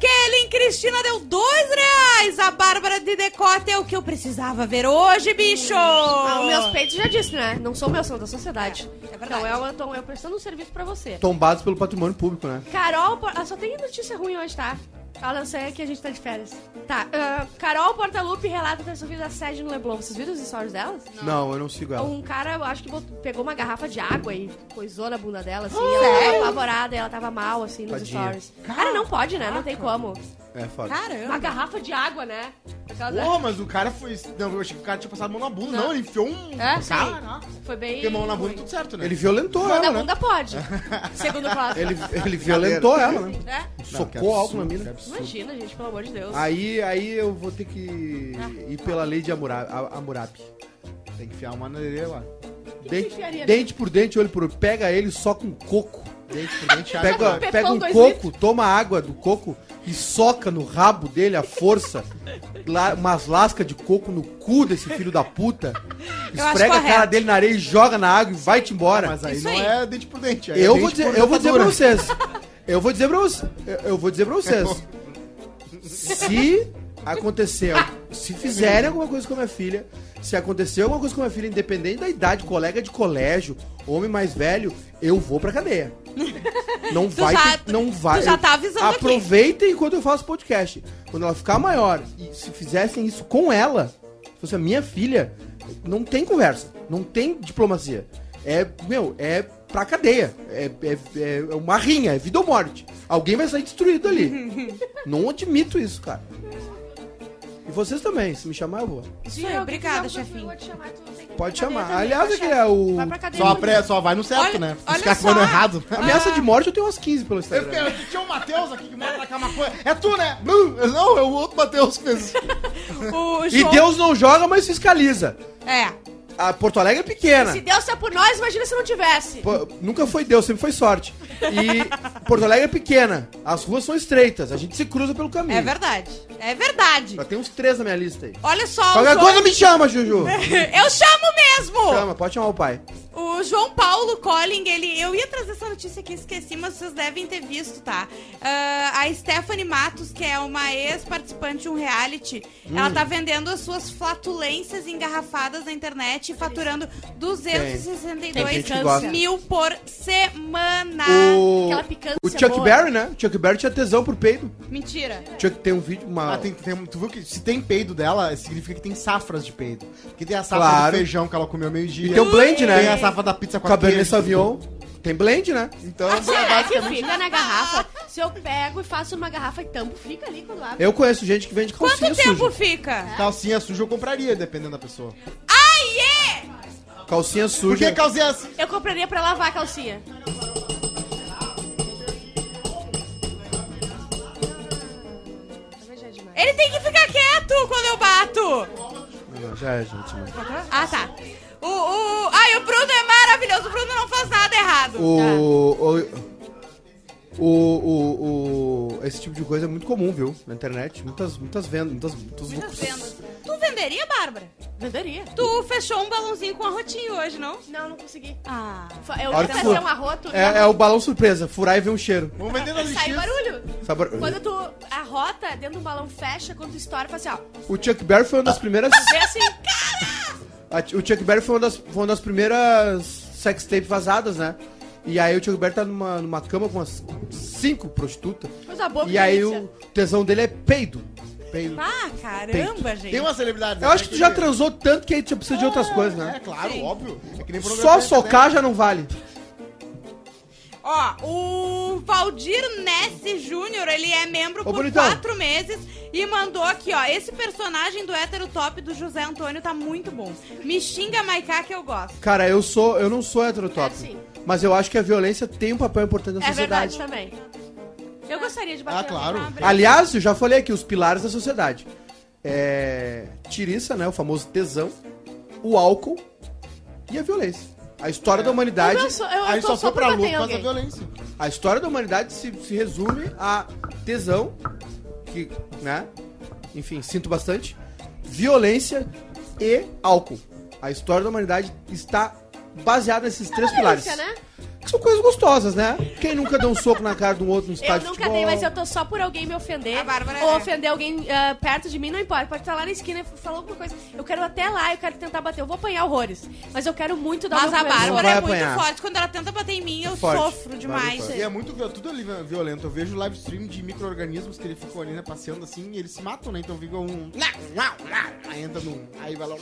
Speaker 4: Kellen Cristina deu dois reais. A Bárbara de Decote é o que eu precisava ver hoje, bicho!
Speaker 3: Ah, os meus peitos já disse, né? Não sou meu, sou da sociedade.
Speaker 4: É, é verdade.
Speaker 3: então eu, eu tô eu prestando um serviço pra você.
Speaker 2: Tombados pelo patrimônio público, né?
Speaker 3: Carol, Por- ah, só tem notícia ruim hoje, tá? A não ser que a gente tá de férias. Tá. ah, Carol Portalupe relata ter sofrido assédio no Leblon. Vocês viram os stories delas?
Speaker 2: Não, eu não sigo ela.
Speaker 3: Um cara, eu acho que bot- pegou uma garrafa de água e coisou na bunda dela, assim. e ela tava apavorada, e ela tava mal, assim, nos
Speaker 2: Tadinha.
Speaker 3: stories. Cara, não pode, né? Não tem como.
Speaker 2: É foda.
Speaker 4: Caramba!
Speaker 3: Uma garrafa de água, né? Por causa-
Speaker 1: Porra, mas o cara foi. Não, eu achei que o cara tinha passado a mão na bunda. Não,
Speaker 3: Não.
Speaker 1: ele enfiou um.
Speaker 3: É, sim.
Speaker 1: Caraca.
Speaker 3: Foi bem.
Speaker 1: Porque mão na bunda
Speaker 3: ruim.
Speaker 1: tudo certo, né?
Speaker 2: Ele violentou
Speaker 3: Mão na
Speaker 2: ela, né? *laughs*
Speaker 3: bunda pode. Segundo o Cláudio.
Speaker 2: Ele, ele violentou ela, né?
Speaker 4: né?
Speaker 2: Socou algo na mina.
Speaker 3: Imagina, gente, pelo amor de Deus.
Speaker 2: Aí, aí eu vou ter que ir pela lei de Hammurabi. A- Hammurabi.
Speaker 1: Tem que enfiar uma nele lá.
Speaker 3: que
Speaker 2: Dente,
Speaker 3: enfiaria?
Speaker 2: dente por dente, olho por olho. Pega ele só com coco.
Speaker 1: Dente por dente, água por
Speaker 2: Pega,
Speaker 1: água.
Speaker 3: Pepão,
Speaker 2: pega um
Speaker 3: dois
Speaker 2: coco, toma água do coco e soca no rabo dele a força. La, umas lascas de coco no cu desse filho da puta.
Speaker 4: acho
Speaker 2: Esfrega a cara
Speaker 4: correto.
Speaker 2: dele na areia, e joga na água e vai-te embora.
Speaker 1: Mas aí
Speaker 4: Isso
Speaker 1: não
Speaker 4: aí.
Speaker 1: é dente por dente. aí é
Speaker 2: Eu
Speaker 1: dente
Speaker 2: vou,
Speaker 1: por
Speaker 2: dizer, eu vou dizer pra
Speaker 1: dentadura.
Speaker 2: vocês. Eu vou dizer pra vocês. eu- Eu vou dizer pra vocês. Se aconteceu, se fizerem alguma coisa com a minha filha, se acontecer alguma coisa com a minha filha, independente da idade, colega de colégio, homem mais velho, eu vou pra cadeia. Não vai,
Speaker 4: já-
Speaker 2: ter- não vai.
Speaker 4: tu já tá avisando aqui.
Speaker 2: Aproveitem enquanto eu faço podcast. Quando ela ficar maior e se fizessem isso com ela, se fosse a minha filha, não tem conversa, não tem diplomacia. É, meu, é pra cadeia. É, é, é uma rinha, é vida ou morte. Alguém vai sair destruído
Speaker 4: *laughs*
Speaker 2: ali. não admito isso, cara. E vocês também, se me chamar, eu vou.
Speaker 4: Isso
Speaker 3: Se
Speaker 4: aí,
Speaker 3: eu
Speaker 4: obrigada,
Speaker 3: quiser, eu
Speaker 4: chefinho.
Speaker 3: vou te chamar, tu tem que ir
Speaker 2: Pode
Speaker 3: pra cadeia
Speaker 2: chamar.
Speaker 3: também,
Speaker 2: Aliás,
Speaker 3: tá,
Speaker 2: aquele
Speaker 3: chefe?
Speaker 2: é o-
Speaker 3: Vai pra cadeia.
Speaker 1: um- Só, pre... só vai no certo,
Speaker 4: Olha-
Speaker 1: né? Os
Speaker 4: olha
Speaker 1: caras
Speaker 4: só.
Speaker 1: foram
Speaker 4: *laughs*
Speaker 1: errado.
Speaker 2: Ameaça de morte eu tenho umas 15 pelo
Speaker 1: Eu
Speaker 2: Instagram.
Speaker 1: quero- Tinha o Matheus aqui que mora pra cá uma coisa. É tu, né? Não, eu- não, é o outro Matheus que fez.
Speaker 4: *laughs* O
Speaker 2: E
Speaker 4: João-
Speaker 2: Deus não joga, mas fiscaliza.
Speaker 4: É.
Speaker 2: A Porto Alegre é pequena.
Speaker 3: Se Deus é por nós, imagina se não tivesse.
Speaker 2: Pô, Nunca foi Deus, sempre foi sorte. E Porto Alegre é pequena, as ruas são estreitas, a gente se cruza pelo caminho.
Speaker 4: É verdade. É verdade.
Speaker 2: Já tem uns três na minha lista aí.
Speaker 4: Olha só. o
Speaker 2: Qualquer
Speaker 4: João-
Speaker 2: coisa me chama, Juju.
Speaker 4: *laughs* Eu chamo mesmo!
Speaker 2: Chama, pode chamar o pai.
Speaker 4: O João Paulo Colling, ele. Eu ia trazer essa notícia aqui, esqueci, mas vocês devem ter visto, tá? Ah, a Stephanie Matos, que é uma ex-participante de um reality,
Speaker 2: Hum.
Speaker 4: ela tá vendendo as suas flatulências engarrafadas na internet e faturando 262
Speaker 2: gente que gosta.
Speaker 4: mil por semana.
Speaker 2: O,
Speaker 3: Aquela picância
Speaker 2: o Chuck
Speaker 3: boa.
Speaker 2: Berry, né? O Chuck Berry tinha tesão por peido.
Speaker 4: Mentira.
Speaker 2: Chuck tem um vídeo, uma...
Speaker 1: Ah, tem- tem- tu viu que se tem peido dela, significa que tem safras de peido. Porque tem a safra
Speaker 2: Claro.
Speaker 1: do feijão que ela comeu meio-dia.
Speaker 2: E tem o blend, né?
Speaker 1: Tem a safra da pizza com a
Speaker 2: Cabernet
Speaker 1: queijo. né?
Speaker 2: Sauvignon. Tem blend, né?
Speaker 1: Então,
Speaker 3: Ah, Será que
Speaker 1: basicamente...
Speaker 3: é, fica na garrafa? Se eu pego e faço uma garrafa e tampo, fica ali quando abre.
Speaker 2: Eu conheço gente que vende
Speaker 4: Quanto
Speaker 2: calcinha
Speaker 4: tempo
Speaker 2: suja.
Speaker 4: fica?
Speaker 1: Calcinha suja eu compraria, dependendo da pessoa.
Speaker 2: Calcinha
Speaker 1: Por que
Speaker 2: suja.
Speaker 1: calcinha suja?
Speaker 3: Eu compraria pra lavar a calcinha.
Speaker 4: Ele tem que ficar quieto quando eu bato!
Speaker 2: Não, já é, gente. né?
Speaker 4: Ah, tá. O,
Speaker 1: Tá.
Speaker 4: o, ai, o Bruno é maravilhoso. O Bruno não faz nada errado.
Speaker 2: O, o- O, o, o- esse tipo de coisa é muito comum, viu? Na internet. Muitas, muitas vendas, muitas, muitos
Speaker 4: Muitas
Speaker 2: lucros.
Speaker 4: vendas. Tá. Tu venderia, Bárbara?
Speaker 3: Venderia.
Speaker 4: Tu fechou um balãozinho com arrotinho hoje, não?
Speaker 3: Não, não consegui.
Speaker 4: Ah.
Speaker 3: Fa- Eu
Speaker 2: Olha
Speaker 3: ia
Speaker 2: que
Speaker 3: fazer
Speaker 2: fu-
Speaker 3: um arroto
Speaker 2: É, é o balão surpresa, furar e ver um cheiro.
Speaker 1: Vamos vender na
Speaker 3: sai
Speaker 1: lixeira.
Speaker 3: barulho.
Speaker 2: Sabe?
Speaker 3: Quando tu arrota, dentro do balão fecha, quando tu estoura, faz assim, ó.
Speaker 2: O Chuck Berry foi uma das primeiras.
Speaker 3: Vê assim.
Speaker 2: a- o Chuck Berry foi uma das, foi uma das primeiras sex tape vazadas, né? E aí o Chuck Berry tá numa, numa cama com umas cinco prostitutas.
Speaker 3: Coisa boa, que
Speaker 2: E aí
Speaker 3: delícia.
Speaker 2: o tesão dele é peido. Peido.
Speaker 4: Ah, caramba, gente.
Speaker 1: Tem uma celebridade. né?
Speaker 2: Eu acho que tu já transou tanto que aí tu já precisa de outras coisas,
Speaker 1: É,
Speaker 2: né?
Speaker 1: claro,
Speaker 4: Sim.
Speaker 1: óbvio. É que nem
Speaker 2: Só
Speaker 1: pornografia
Speaker 2: socar já não vale.
Speaker 4: Ó, o Valdir Ness Júnior, ele é membro
Speaker 2: Ô,
Speaker 4: por
Speaker 2: bonitão.
Speaker 4: quatro meses e mandou aqui, ó. Esse personagem do hétero top do José Antônio tá muito bom. Me xinga, Maiká, que eu gosto.
Speaker 2: Cara, eu sou, eu não sou
Speaker 3: É,
Speaker 2: heterotop.
Speaker 3: sim.
Speaker 2: mas eu acho que a violência tem um papel importante na
Speaker 3: É verdade
Speaker 2: sociedade.
Speaker 3: também. Eu gostaria de
Speaker 1: Ah,
Speaker 3: bater.
Speaker 1: claro.
Speaker 3: uma briga.
Speaker 2: Aliás, eu já falei aqui os pilares da sociedade. É, tiriça, né, o famoso tesão, o álcool e a violência. A história da
Speaker 3: Eu,
Speaker 2: humanidade,
Speaker 3: não sou- eu,
Speaker 1: Aí
Speaker 3: eu tô
Speaker 1: só
Speaker 3: só
Speaker 1: foi
Speaker 3: por
Speaker 1: pra
Speaker 3: bater
Speaker 1: luta
Speaker 3: em
Speaker 1: por causa da
Speaker 3: alguém.
Speaker 1: violência.
Speaker 2: a história da humanidade se, se resume a tesão, que, né? Enfim, sinto bastante, violência e álcool. A história da humanidade está baseada nesses três pilares.
Speaker 3: Delícia, né?
Speaker 2: Que são coisas gostosas, né? Quem nunca deu um soco na cara de um outro no
Speaker 3: Eu
Speaker 2: estádio de
Speaker 3: nunca
Speaker 2: futebol?
Speaker 3: dei, mas eu tô só por alguém me ofender.
Speaker 4: A Bárbara
Speaker 3: ou
Speaker 4: é.
Speaker 3: ofender alguém ah, perto de mim, não importa. Pode estar lá na esquina e falar alguma coisa. Eu quero até lá, eu quero tentar bater. Eu vou apanhar horrores. Mas eu quero muito dar
Speaker 4: Mas
Speaker 3: uma
Speaker 4: a Bárbara
Speaker 2: vai
Speaker 4: é muito
Speaker 2: apanhar.
Speaker 4: forte. Quando ela tenta bater em mim, eu
Speaker 2: Forte.
Speaker 4: sofro demais.
Speaker 2: Bárbara
Speaker 1: E é muito viol- tudo ali violento. Eu vejo live stream de micro-organismos que ele ficou ali, né, passeando assim, e eles se matam, né? Então fica um. Aí entra num. Aí vai lá. um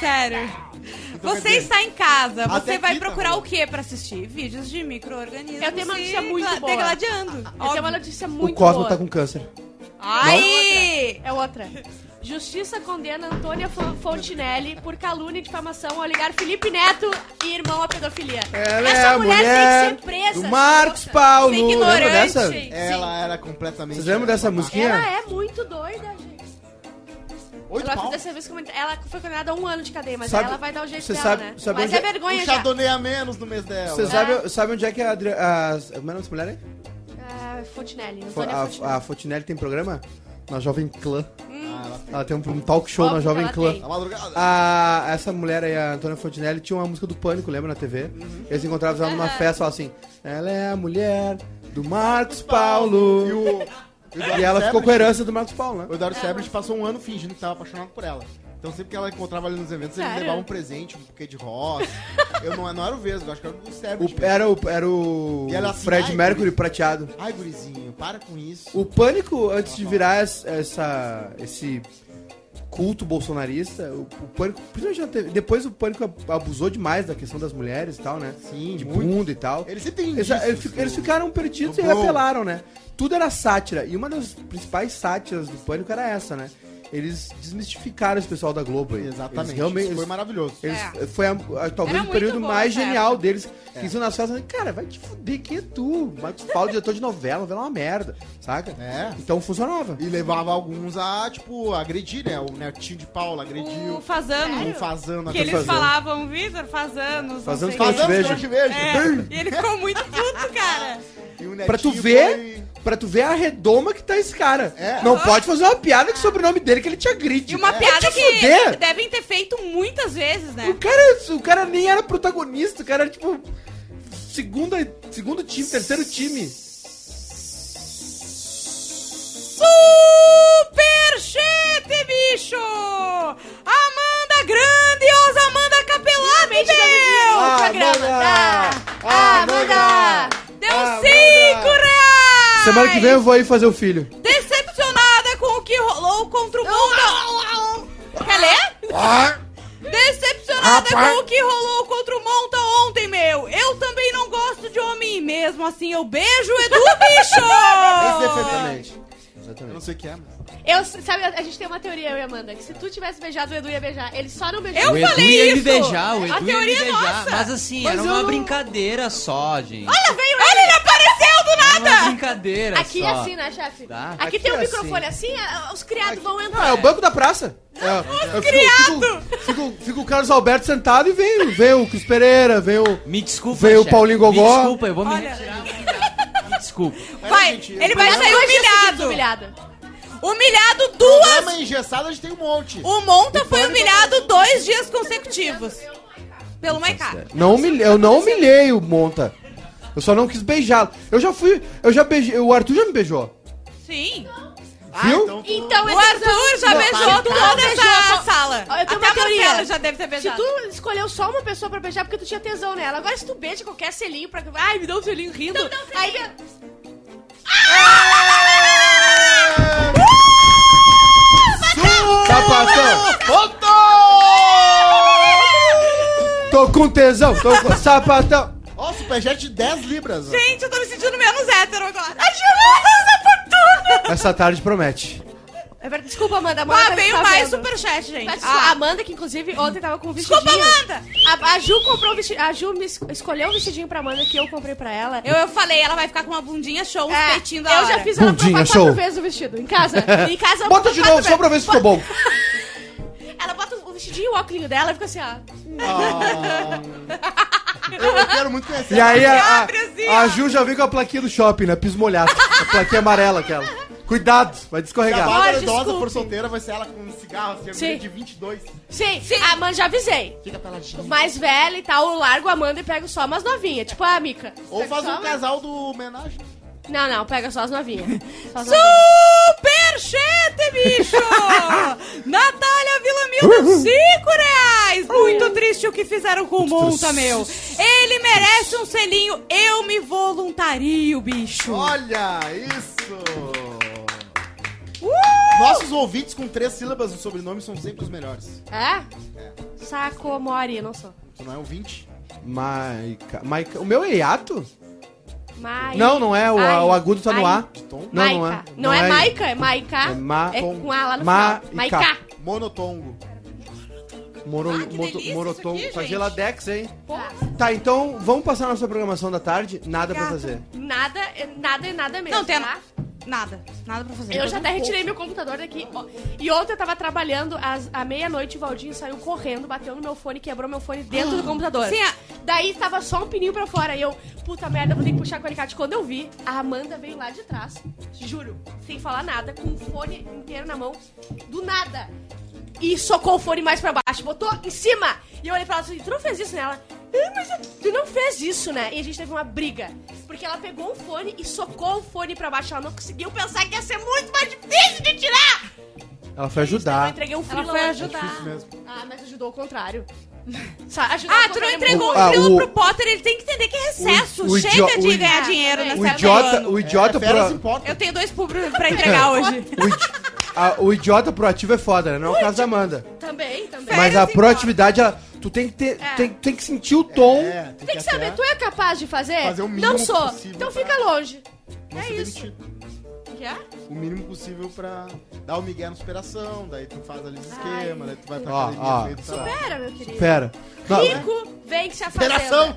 Speaker 4: Sério.
Speaker 1: Então, quer
Speaker 4: Você
Speaker 1: dizer,
Speaker 4: está em casa,
Speaker 1: Até
Speaker 4: você vai
Speaker 1: aqui tá
Speaker 4: procurar
Speaker 1: bom.
Speaker 4: o que pra assistir? Vídeos de micro-organismos.
Speaker 3: Eu tenho uma
Speaker 4: e
Speaker 3: notícia muito
Speaker 4: gla-
Speaker 3: boa.
Speaker 4: Degladiando.
Speaker 3: Eu tenho uma
Speaker 4: óbvio.
Speaker 3: notícia
Speaker 2: O
Speaker 3: muito
Speaker 2: Cosmo
Speaker 3: boa.
Speaker 2: tá com câncer.
Speaker 4: Aí!
Speaker 3: É outra. Justiça condena Antônia Fo- Fontinelli por calúnia e difamação ao ligar Felipe Neto e irmão à pedofilia.
Speaker 2: Ela
Speaker 3: Essa
Speaker 2: é a
Speaker 3: mulher,
Speaker 2: mulher
Speaker 3: tem que ser presa. é
Speaker 2: do Marcos
Speaker 3: essa
Speaker 2: Paulo.
Speaker 4: Sem
Speaker 2: Lembra
Speaker 4: ignorante.
Speaker 2: dessa?
Speaker 1: Ela era completamente.
Speaker 2: Vocês lembram dessa música?
Speaker 3: louca. Ela é muito doida, gente.
Speaker 1: Oito
Speaker 3: ela,
Speaker 1: pau.
Speaker 3: fez essa vez com- ela foi condenada a um ano de cadeia, mas
Speaker 2: Sabe-
Speaker 3: ela vai dar o jeito
Speaker 2: você
Speaker 3: dela,
Speaker 2: sabe-
Speaker 3: né?
Speaker 2: sabe
Speaker 3: mas
Speaker 2: onde
Speaker 3: é
Speaker 2: é-
Speaker 1: Um
Speaker 3: vergonha já.
Speaker 1: chardonnay a menos no mês dela.
Speaker 2: Você sabe, sabe onde é que a. Adri- as- como é o nome dessa mulher, hein?
Speaker 3: Ah, Fontinelli,
Speaker 2: Fo-
Speaker 3: Antônia Fontinelli.
Speaker 2: A, a Fontinelli tem programa? Na Jovem Clã.
Speaker 1: Ah, ela
Speaker 2: Ela tem um, um talk show na
Speaker 3: Óbvio que
Speaker 2: Jovem
Speaker 3: ela
Speaker 2: Clã.
Speaker 3: tem.
Speaker 1: Na madrugada.
Speaker 2: A, essa mulher aí, a Antônia Fontinelli, tinha uma música do Pânico, lembra, na TV?
Speaker 3: Uhum.
Speaker 2: Eles encontravam ela numa festa, falavam assim, ela é a mulher do Marcos Paulo.
Speaker 1: E o. o Eduardo
Speaker 2: E ela ficou
Speaker 1: Sebrecht-
Speaker 2: com a herança do Marcos Paulo, né?
Speaker 1: O Eduardo Sebrecht passou um ano fingindo que tava apaixonado por ela. Então sempre que ela encontrava ali nos eventos, ele
Speaker 3: Sério?
Speaker 1: levava um presente, um buquê
Speaker 2: *laughs*
Speaker 1: de rosa. eu não, não era o Vesgo, acho que era o tipo, Sebrecht.
Speaker 2: O-
Speaker 1: mesmo.
Speaker 2: era o, era o
Speaker 1: E ela assim,
Speaker 2: Fred
Speaker 1: ai,
Speaker 2: Mercury
Speaker 1: guri.
Speaker 2: prateado.
Speaker 1: Ai, gurizinho, para com isso.
Speaker 2: O Pânico, antes de virar es- essa, esse culto bolsonarista, o, o Pânico, principalmente na TV, depois o Pânico ab- abusou demais da questão das mulheres e tal, né?
Speaker 1: Sim,
Speaker 2: de
Speaker 1: muito.
Speaker 2: mundo e tal.
Speaker 1: Ele sempre tem
Speaker 2: Eles,
Speaker 1: indícios né?
Speaker 2: eles fi-
Speaker 1: do-
Speaker 2: eles ficaram perdidos
Speaker 1: do
Speaker 2: e
Speaker 1: Bron.
Speaker 2: apelaram, né? Tudo era sátira. E uma das principais sátiras do Pânico era essa, né? Eles desmistificaram esse pessoal da Globo aí.
Speaker 1: Exatamente.
Speaker 2: Eles realmente,
Speaker 1: isso foi
Speaker 2: eles-
Speaker 1: maravilhoso.
Speaker 2: eles-
Speaker 4: É.
Speaker 2: Foi a- a- talvez
Speaker 4: Era
Speaker 2: o período
Speaker 4: muito boa
Speaker 2: mais
Speaker 4: essa
Speaker 2: genial deles.
Speaker 1: É.
Speaker 2: Que isso nas festas, cara, vai te fuder, quem é tu? Marcos Paulo, diretor de novela, novela é uma merda, saca?
Speaker 1: É.
Speaker 2: Então funcionava.
Speaker 1: E levava alguns a, tipo, agredir, né? O netinho de Paula agrediu. um
Speaker 4: O Fazano.
Speaker 1: O Fazano
Speaker 4: Que
Speaker 1: agrediu.
Speaker 4: eles
Speaker 2: Fazano.
Speaker 4: falavam, Vitor, Fazanos.
Speaker 2: Fazanos
Speaker 4: não sei o quê.
Speaker 2: que eu te
Speaker 1: Fazano, que eu te vejo.
Speaker 4: É, e ele ficou muito puto,
Speaker 1: *laughs*
Speaker 4: cara.
Speaker 1: E o netinho
Speaker 2: Pra tu ver,
Speaker 1: foi-
Speaker 2: pra tu ver a redoma que tá esse cara.
Speaker 1: É.
Speaker 2: Não pode fazer uma piada com o sobrenome dele que ele te agride.
Speaker 4: E uma
Speaker 2: Vai
Speaker 4: piada
Speaker 2: te
Speaker 4: que
Speaker 2: fuder.
Speaker 4: devem ter feito muitas vezes,
Speaker 2: O
Speaker 4: né?
Speaker 2: cara, o cara nem era protagonista, o cara era tipo. Segunda, segundo time, terceiro time.
Speaker 4: Superchete, bicho! Amanda Grande e Osamanda Capelato, meu!
Speaker 2: Ah,
Speaker 3: programa
Speaker 2: Amanda!
Speaker 3: da Amanda!
Speaker 4: Deu
Speaker 2: Amanda!
Speaker 4: 5 reais!
Speaker 2: Semana que vem eu vou aí fazer o filho.
Speaker 4: Decepcionada com o que rolou contra o Monta... Quer ler?
Speaker 2: Ah!
Speaker 4: Decepcionada com o que rolou contra o Monta ontem, meu! Eu também não gosto de homem, mesmo assim eu beijo o
Speaker 2: *laughs*
Speaker 4: Edu, Oh. bicho!
Speaker 2: Exatamente.
Speaker 1: Eu não
Speaker 2: é Exatamente.
Speaker 1: sei o que é, mas...
Speaker 3: Eu, sabe, a gente tem uma teoria, eu e Amanda, que se tu tivesse beijado, o Edu ia beijar. Ele só não beijou.
Speaker 4: Eu
Speaker 5: o Edu
Speaker 4: falei
Speaker 5: ia me
Speaker 4: isso.
Speaker 5: beijar, o
Speaker 4: A
Speaker 5: Edu ia me
Speaker 4: teoria é
Speaker 5: beijar.
Speaker 4: nossa.
Speaker 5: Mas assim,
Speaker 2: Mas
Speaker 5: era
Speaker 2: eu
Speaker 5: uma
Speaker 2: não-
Speaker 5: brincadeira só, gente.
Speaker 4: Olha, veio ele! Ele apareceu do
Speaker 5: Era uma
Speaker 4: nada!
Speaker 5: brincadeira
Speaker 3: Aqui é
Speaker 5: só.
Speaker 3: assim, né, chefe?
Speaker 5: Tá.
Speaker 3: Aqui,
Speaker 2: Aqui
Speaker 3: tem um
Speaker 2: é
Speaker 3: microfone assim, ah, os criados vão
Speaker 2: Ah,
Speaker 3: entrar.
Speaker 2: é o banco da praça. É, eu fico, fico, fico- fico o Carlos Alberto sentado e vem, vem o Cris Pereira, vem o.
Speaker 5: Me desculpa,
Speaker 2: Veio o
Speaker 5: chefe.
Speaker 2: Paulinho Gogó.
Speaker 5: Me desculpa, eu vou me
Speaker 4: Olha.
Speaker 5: retirar. Me desculpa.
Speaker 4: Vai,
Speaker 1: gente,
Speaker 4: ele vai
Speaker 1: programa-
Speaker 4: sair
Speaker 3: Dois dias seguidos
Speaker 4: humilhado.
Speaker 3: um humilhado.
Speaker 4: Humilhado duas.
Speaker 1: Programa engessado a gente tem um monte.
Speaker 4: O Monta foi humilhado dois dias consecutivos. Pelo Maiká.
Speaker 2: Não humilhei, eu não humilhei o Monta. Eu só não quis beijá-lo. Eu já fui. Eu já beijei. O Arthur já me beijou.
Speaker 4: Sim.
Speaker 2: viu?
Speaker 3: Então,
Speaker 4: O
Speaker 3: ele
Speaker 4: Arthur já
Speaker 1: Não,
Speaker 4: beijou
Speaker 1: para,
Speaker 4: toda
Speaker 3: para.
Speaker 4: essa sala.
Speaker 3: Ó, eu
Speaker 4: Até
Speaker 3: tenho
Speaker 4: a
Speaker 3: uma teoria.
Speaker 4: Marcela já deve ter
Speaker 3: Se
Speaker 4: beijado.
Speaker 3: tu escolheu só uma pessoa pra beijar porque tu tinha tesão nela, agora se tu beija qualquer selinho pra. Ai, me dá um selinho rindo. Não, não, aí
Speaker 2: Sapatão! Tô com tesão, tô com sapatão!
Speaker 1: Ó, superjet de 10 libras.
Speaker 4: Gente, eu tô me sentindo menos hétero agora.
Speaker 2: Essa tarde promete.
Speaker 3: É verdade. Desculpa, Amanda. Amanda
Speaker 4: Ah,
Speaker 3: tá-
Speaker 4: veio
Speaker 3: tá
Speaker 4: mais
Speaker 3: vendo.
Speaker 4: superchat, gente.
Speaker 3: Tá, desculpa, A
Speaker 4: Ah,
Speaker 3: Amanda, que inclusive ontem tava com um vestidinho.
Speaker 4: desculpa, Amanda.
Speaker 3: A, a Ju comprou um vesti- A Ju me es- escolheu um vestidinho pra Amanda que eu comprei pra ela.
Speaker 4: Eu, eu falei, ela vai ficar com uma bundinha show, um
Speaker 3: É,
Speaker 4: peitinho da
Speaker 3: eu
Speaker 4: hora.
Speaker 3: já fiz ela
Speaker 2: Bundinha,
Speaker 3: provar quatro
Speaker 2: show.
Speaker 3: vezes o vestido.
Speaker 2: *laughs*
Speaker 3: Em casa. Em casa eu
Speaker 2: Bota
Speaker 3: provo
Speaker 2: de
Speaker 3: quatro
Speaker 2: novo só pra ver se ficou bom.
Speaker 3: vezes. Ela bota o vestidinho e o óculos dela e fica assim, ó.
Speaker 1: Ah. Eu, eu quero muito conhecer.
Speaker 2: E aí a,
Speaker 4: Abre assim,
Speaker 2: a,
Speaker 4: ó.
Speaker 2: a Ju já vem com a plaquinha do shopping, né? Piso molhado. A plaquinha amarela aquela. Cuidado, vai
Speaker 1: Se a
Speaker 2: descorregar.
Speaker 1: Bárbara
Speaker 3: Ah,
Speaker 1: idosa
Speaker 3: desculpe.
Speaker 1: for solteira, vai ser ela com um cigarro, assim,
Speaker 3: Sim.
Speaker 1: agulha de 22.
Speaker 3: Sim, a Amanda já avisei.
Speaker 1: Fica peladinha.
Speaker 3: Mais velha e tal, eu largo a Amanda e pego só umas novinhas. Tipo a Mica.
Speaker 1: Ou
Speaker 3: Pego
Speaker 1: faz
Speaker 3: só
Speaker 1: um
Speaker 3: uma-
Speaker 1: casal do homenagem.
Speaker 3: Não, não, pega só as novinhas. Só as novinhas.
Speaker 4: Superchete, bicho!
Speaker 3: *laughs*
Speaker 4: Natália Villamil deu 5 reais! Muito triste o que fizeram com o Monta, meu. Ele merece um selinho. Eu me voluntario,
Speaker 2: Hum.
Speaker 4: bicho.
Speaker 1: Olha isso!
Speaker 3: Uh!
Speaker 1: Nossos ouvintes com três sílabas no sobrenome são sempre os melhores.
Speaker 3: É? Saco, Mori, não sou.
Speaker 1: Tu não é ouvinte?
Speaker 2: Maica, Maica. O meu é hiato?
Speaker 3: Mai.
Speaker 2: Não, não é. O,
Speaker 3: Ai.
Speaker 2: o agudo tá no
Speaker 3: Ai.
Speaker 2: A.
Speaker 1: De tom?
Speaker 2: Não, não
Speaker 3: Maica.
Speaker 2: é.
Speaker 3: Não, é,
Speaker 2: Não é-
Speaker 3: Maica, é Maica.
Speaker 2: É ma-
Speaker 3: É com A lá no
Speaker 2: ma-
Speaker 3: final.
Speaker 2: e ca.
Speaker 3: Maica.
Speaker 1: Monotongo.
Speaker 2: Moro,
Speaker 4: Ah, que
Speaker 2: moto-
Speaker 4: delícia
Speaker 2: morotom.
Speaker 4: isso aqui,
Speaker 2: tá
Speaker 4: gente.
Speaker 2: geladex, hein?
Speaker 3: Porra.
Speaker 2: Tá, então vamos passar nossa programação da tarde. Nada pra
Speaker 4: Gato.
Speaker 2: fazer.
Speaker 3: Nada, é nada, é nada mesmo.
Speaker 4: Não, tem
Speaker 3: tá?
Speaker 4: nada. Nada pra fazer. um
Speaker 3: Eu já até retirei meu computador daqui. ó. E ontem eu tava trabalhando, às, à meia-noite, o Valdinho saiu correndo, bateu no meu fone, quebrou meu fone dentro do
Speaker 4: Ah.
Speaker 3: computador.
Speaker 4: Sim, a-
Speaker 3: Daí tava só um pininho pra fora. E eu, puta merda, vou ter que puxar com o alicate. Quando eu vi, a Amanda veio lá de trás, juro, sem falar nada, com o fone inteiro na mão, do nada. E socou o fone mais pra baixo, botou em cima. E eu olhei pra ela assim, tu não fez isso nela? "Ah, Mas eu- tu não fez isso, né? E a gente teve uma briga. Porque ela pegou o fone e socou o fone pra baixo. Ela não conseguiu pensar que ia ser muito mais difícil de tirar.
Speaker 2: Ela foi
Speaker 3: Eu
Speaker 2: ajudar.
Speaker 3: entreguei um
Speaker 4: Ela
Speaker 3: frila
Speaker 4: foi
Speaker 3: lá.
Speaker 4: ajudar.
Speaker 3: Ah, mas ajudou ao contrário. Sa- ajudou ao
Speaker 4: Ah, tu não
Speaker 3: contrário é
Speaker 4: entregou
Speaker 2: Ah,
Speaker 4: o frila
Speaker 2: o-
Speaker 4: pro Potter, ele tem que entender que é recesso.
Speaker 2: o
Speaker 4: Chega
Speaker 2: idio-
Speaker 4: de
Speaker 2: o-
Speaker 4: ganhar
Speaker 3: Ah,
Speaker 4: dinheiro
Speaker 3: também.
Speaker 4: nessa
Speaker 2: O
Speaker 4: época do
Speaker 2: idiota,
Speaker 4: ano.
Speaker 2: o idiota
Speaker 1: é, férias
Speaker 2: pro.
Speaker 1: importa.
Speaker 4: Eu tenho dois públicos pra entregar hoje.
Speaker 3: *laughs*
Speaker 2: O, idi- a- o idiota proativo é foda, né? Não é o caso da Amanda.
Speaker 3: Também, também.
Speaker 2: Mas a proatividade, ela, tu tem que ter.
Speaker 3: É.
Speaker 2: Tem, tem que sentir o tom.
Speaker 1: É,
Speaker 3: Tem que saber, tu é capaz de fazer?
Speaker 1: Fazer o mínimo
Speaker 3: Não sou.
Speaker 1: possível
Speaker 3: Então
Speaker 1: pra-
Speaker 3: fica longe. é?
Speaker 1: é isso. O mínimo possível pra dar o migué na superação, daí tu faz ali os esquemas, daí tu vai pra
Speaker 2: Ó,
Speaker 1: academia,
Speaker 2: ó.
Speaker 1: daí tu tá-
Speaker 3: Pera, meu querido.
Speaker 2: Pera. Não,
Speaker 3: Rico vem que se afazenda.
Speaker 1: Superação!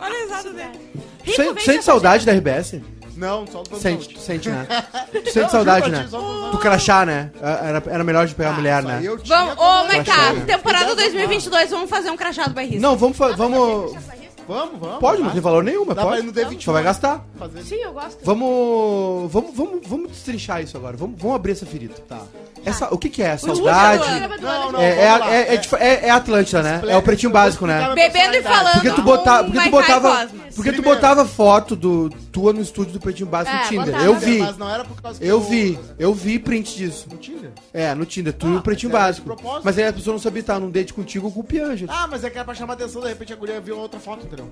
Speaker 4: Olha a risada dele.
Speaker 3: Rico
Speaker 2: sen-
Speaker 3: vem se
Speaker 2: sente saudade da RBS?
Speaker 1: Não, só do
Speaker 2: Sente, tu sente,
Speaker 1: *laughs*
Speaker 2: né? Tu
Speaker 1: Não, eu
Speaker 2: sente saudade,
Speaker 1: juro
Speaker 2: né?
Speaker 1: pra ti, só do-
Speaker 2: Do crachá, né? Era, era melhor de pegar a mulher, né?
Speaker 1: Eu tinha
Speaker 4: Vamos, ô,
Speaker 1: quando eu era
Speaker 2: é.
Speaker 4: Maiká,
Speaker 1: jovem.
Speaker 4: temporada 2022, vamos fazer um crachado bairrista.
Speaker 2: Não, vamos. fa- vamos
Speaker 1: Vamos, vamos.
Speaker 2: pode, não tem valor nenhum, mas
Speaker 1: Dá pra
Speaker 2: pode.
Speaker 1: ir no D21.
Speaker 2: Só vai gastar.
Speaker 1: Fazer.
Speaker 3: Sim, eu gosto.
Speaker 2: Vamos, vamos, vamos, vamos destrinchar isso agora. Vamos, vamos abrir essa ferida.
Speaker 1: Tá.
Speaker 2: Essa, o que, que é?
Speaker 4: último
Speaker 2: saudade?
Speaker 4: ano.
Speaker 3: Programa do ano.
Speaker 1: Não, não.
Speaker 2: É, é,
Speaker 1: vamos lá.
Speaker 2: é, é dif- é- é Atlântida, né? É o pretinho básico, né?
Speaker 4: Bebendo e falando.
Speaker 2: Porque tu,
Speaker 4: Não,
Speaker 2: bota, porque tu
Speaker 4: Maikai
Speaker 2: botava,
Speaker 4: Cosma.
Speaker 2: porque tu
Speaker 1: Primeiro.
Speaker 2: botava foto do tua no estúdio do Pretinho Básico
Speaker 3: É,
Speaker 2: no Tinder.
Speaker 3: botava.
Speaker 2: Eu vi,
Speaker 1: Mas não era por causa que
Speaker 2: eu vi, eu vi print disso.
Speaker 1: No Tinder?
Speaker 2: É, no Tinder, tu
Speaker 1: Ah,
Speaker 2: e o
Speaker 1: mas
Speaker 2: Pretinho
Speaker 1: era de
Speaker 2: Básico.
Speaker 1: propósito.
Speaker 2: Mas aí a pessoa não sabia se tava num date contigo ou com o Piangelo.
Speaker 1: Ah, mas é que era pra chamar atenção, de repente a guria viu outra foto, entendeu?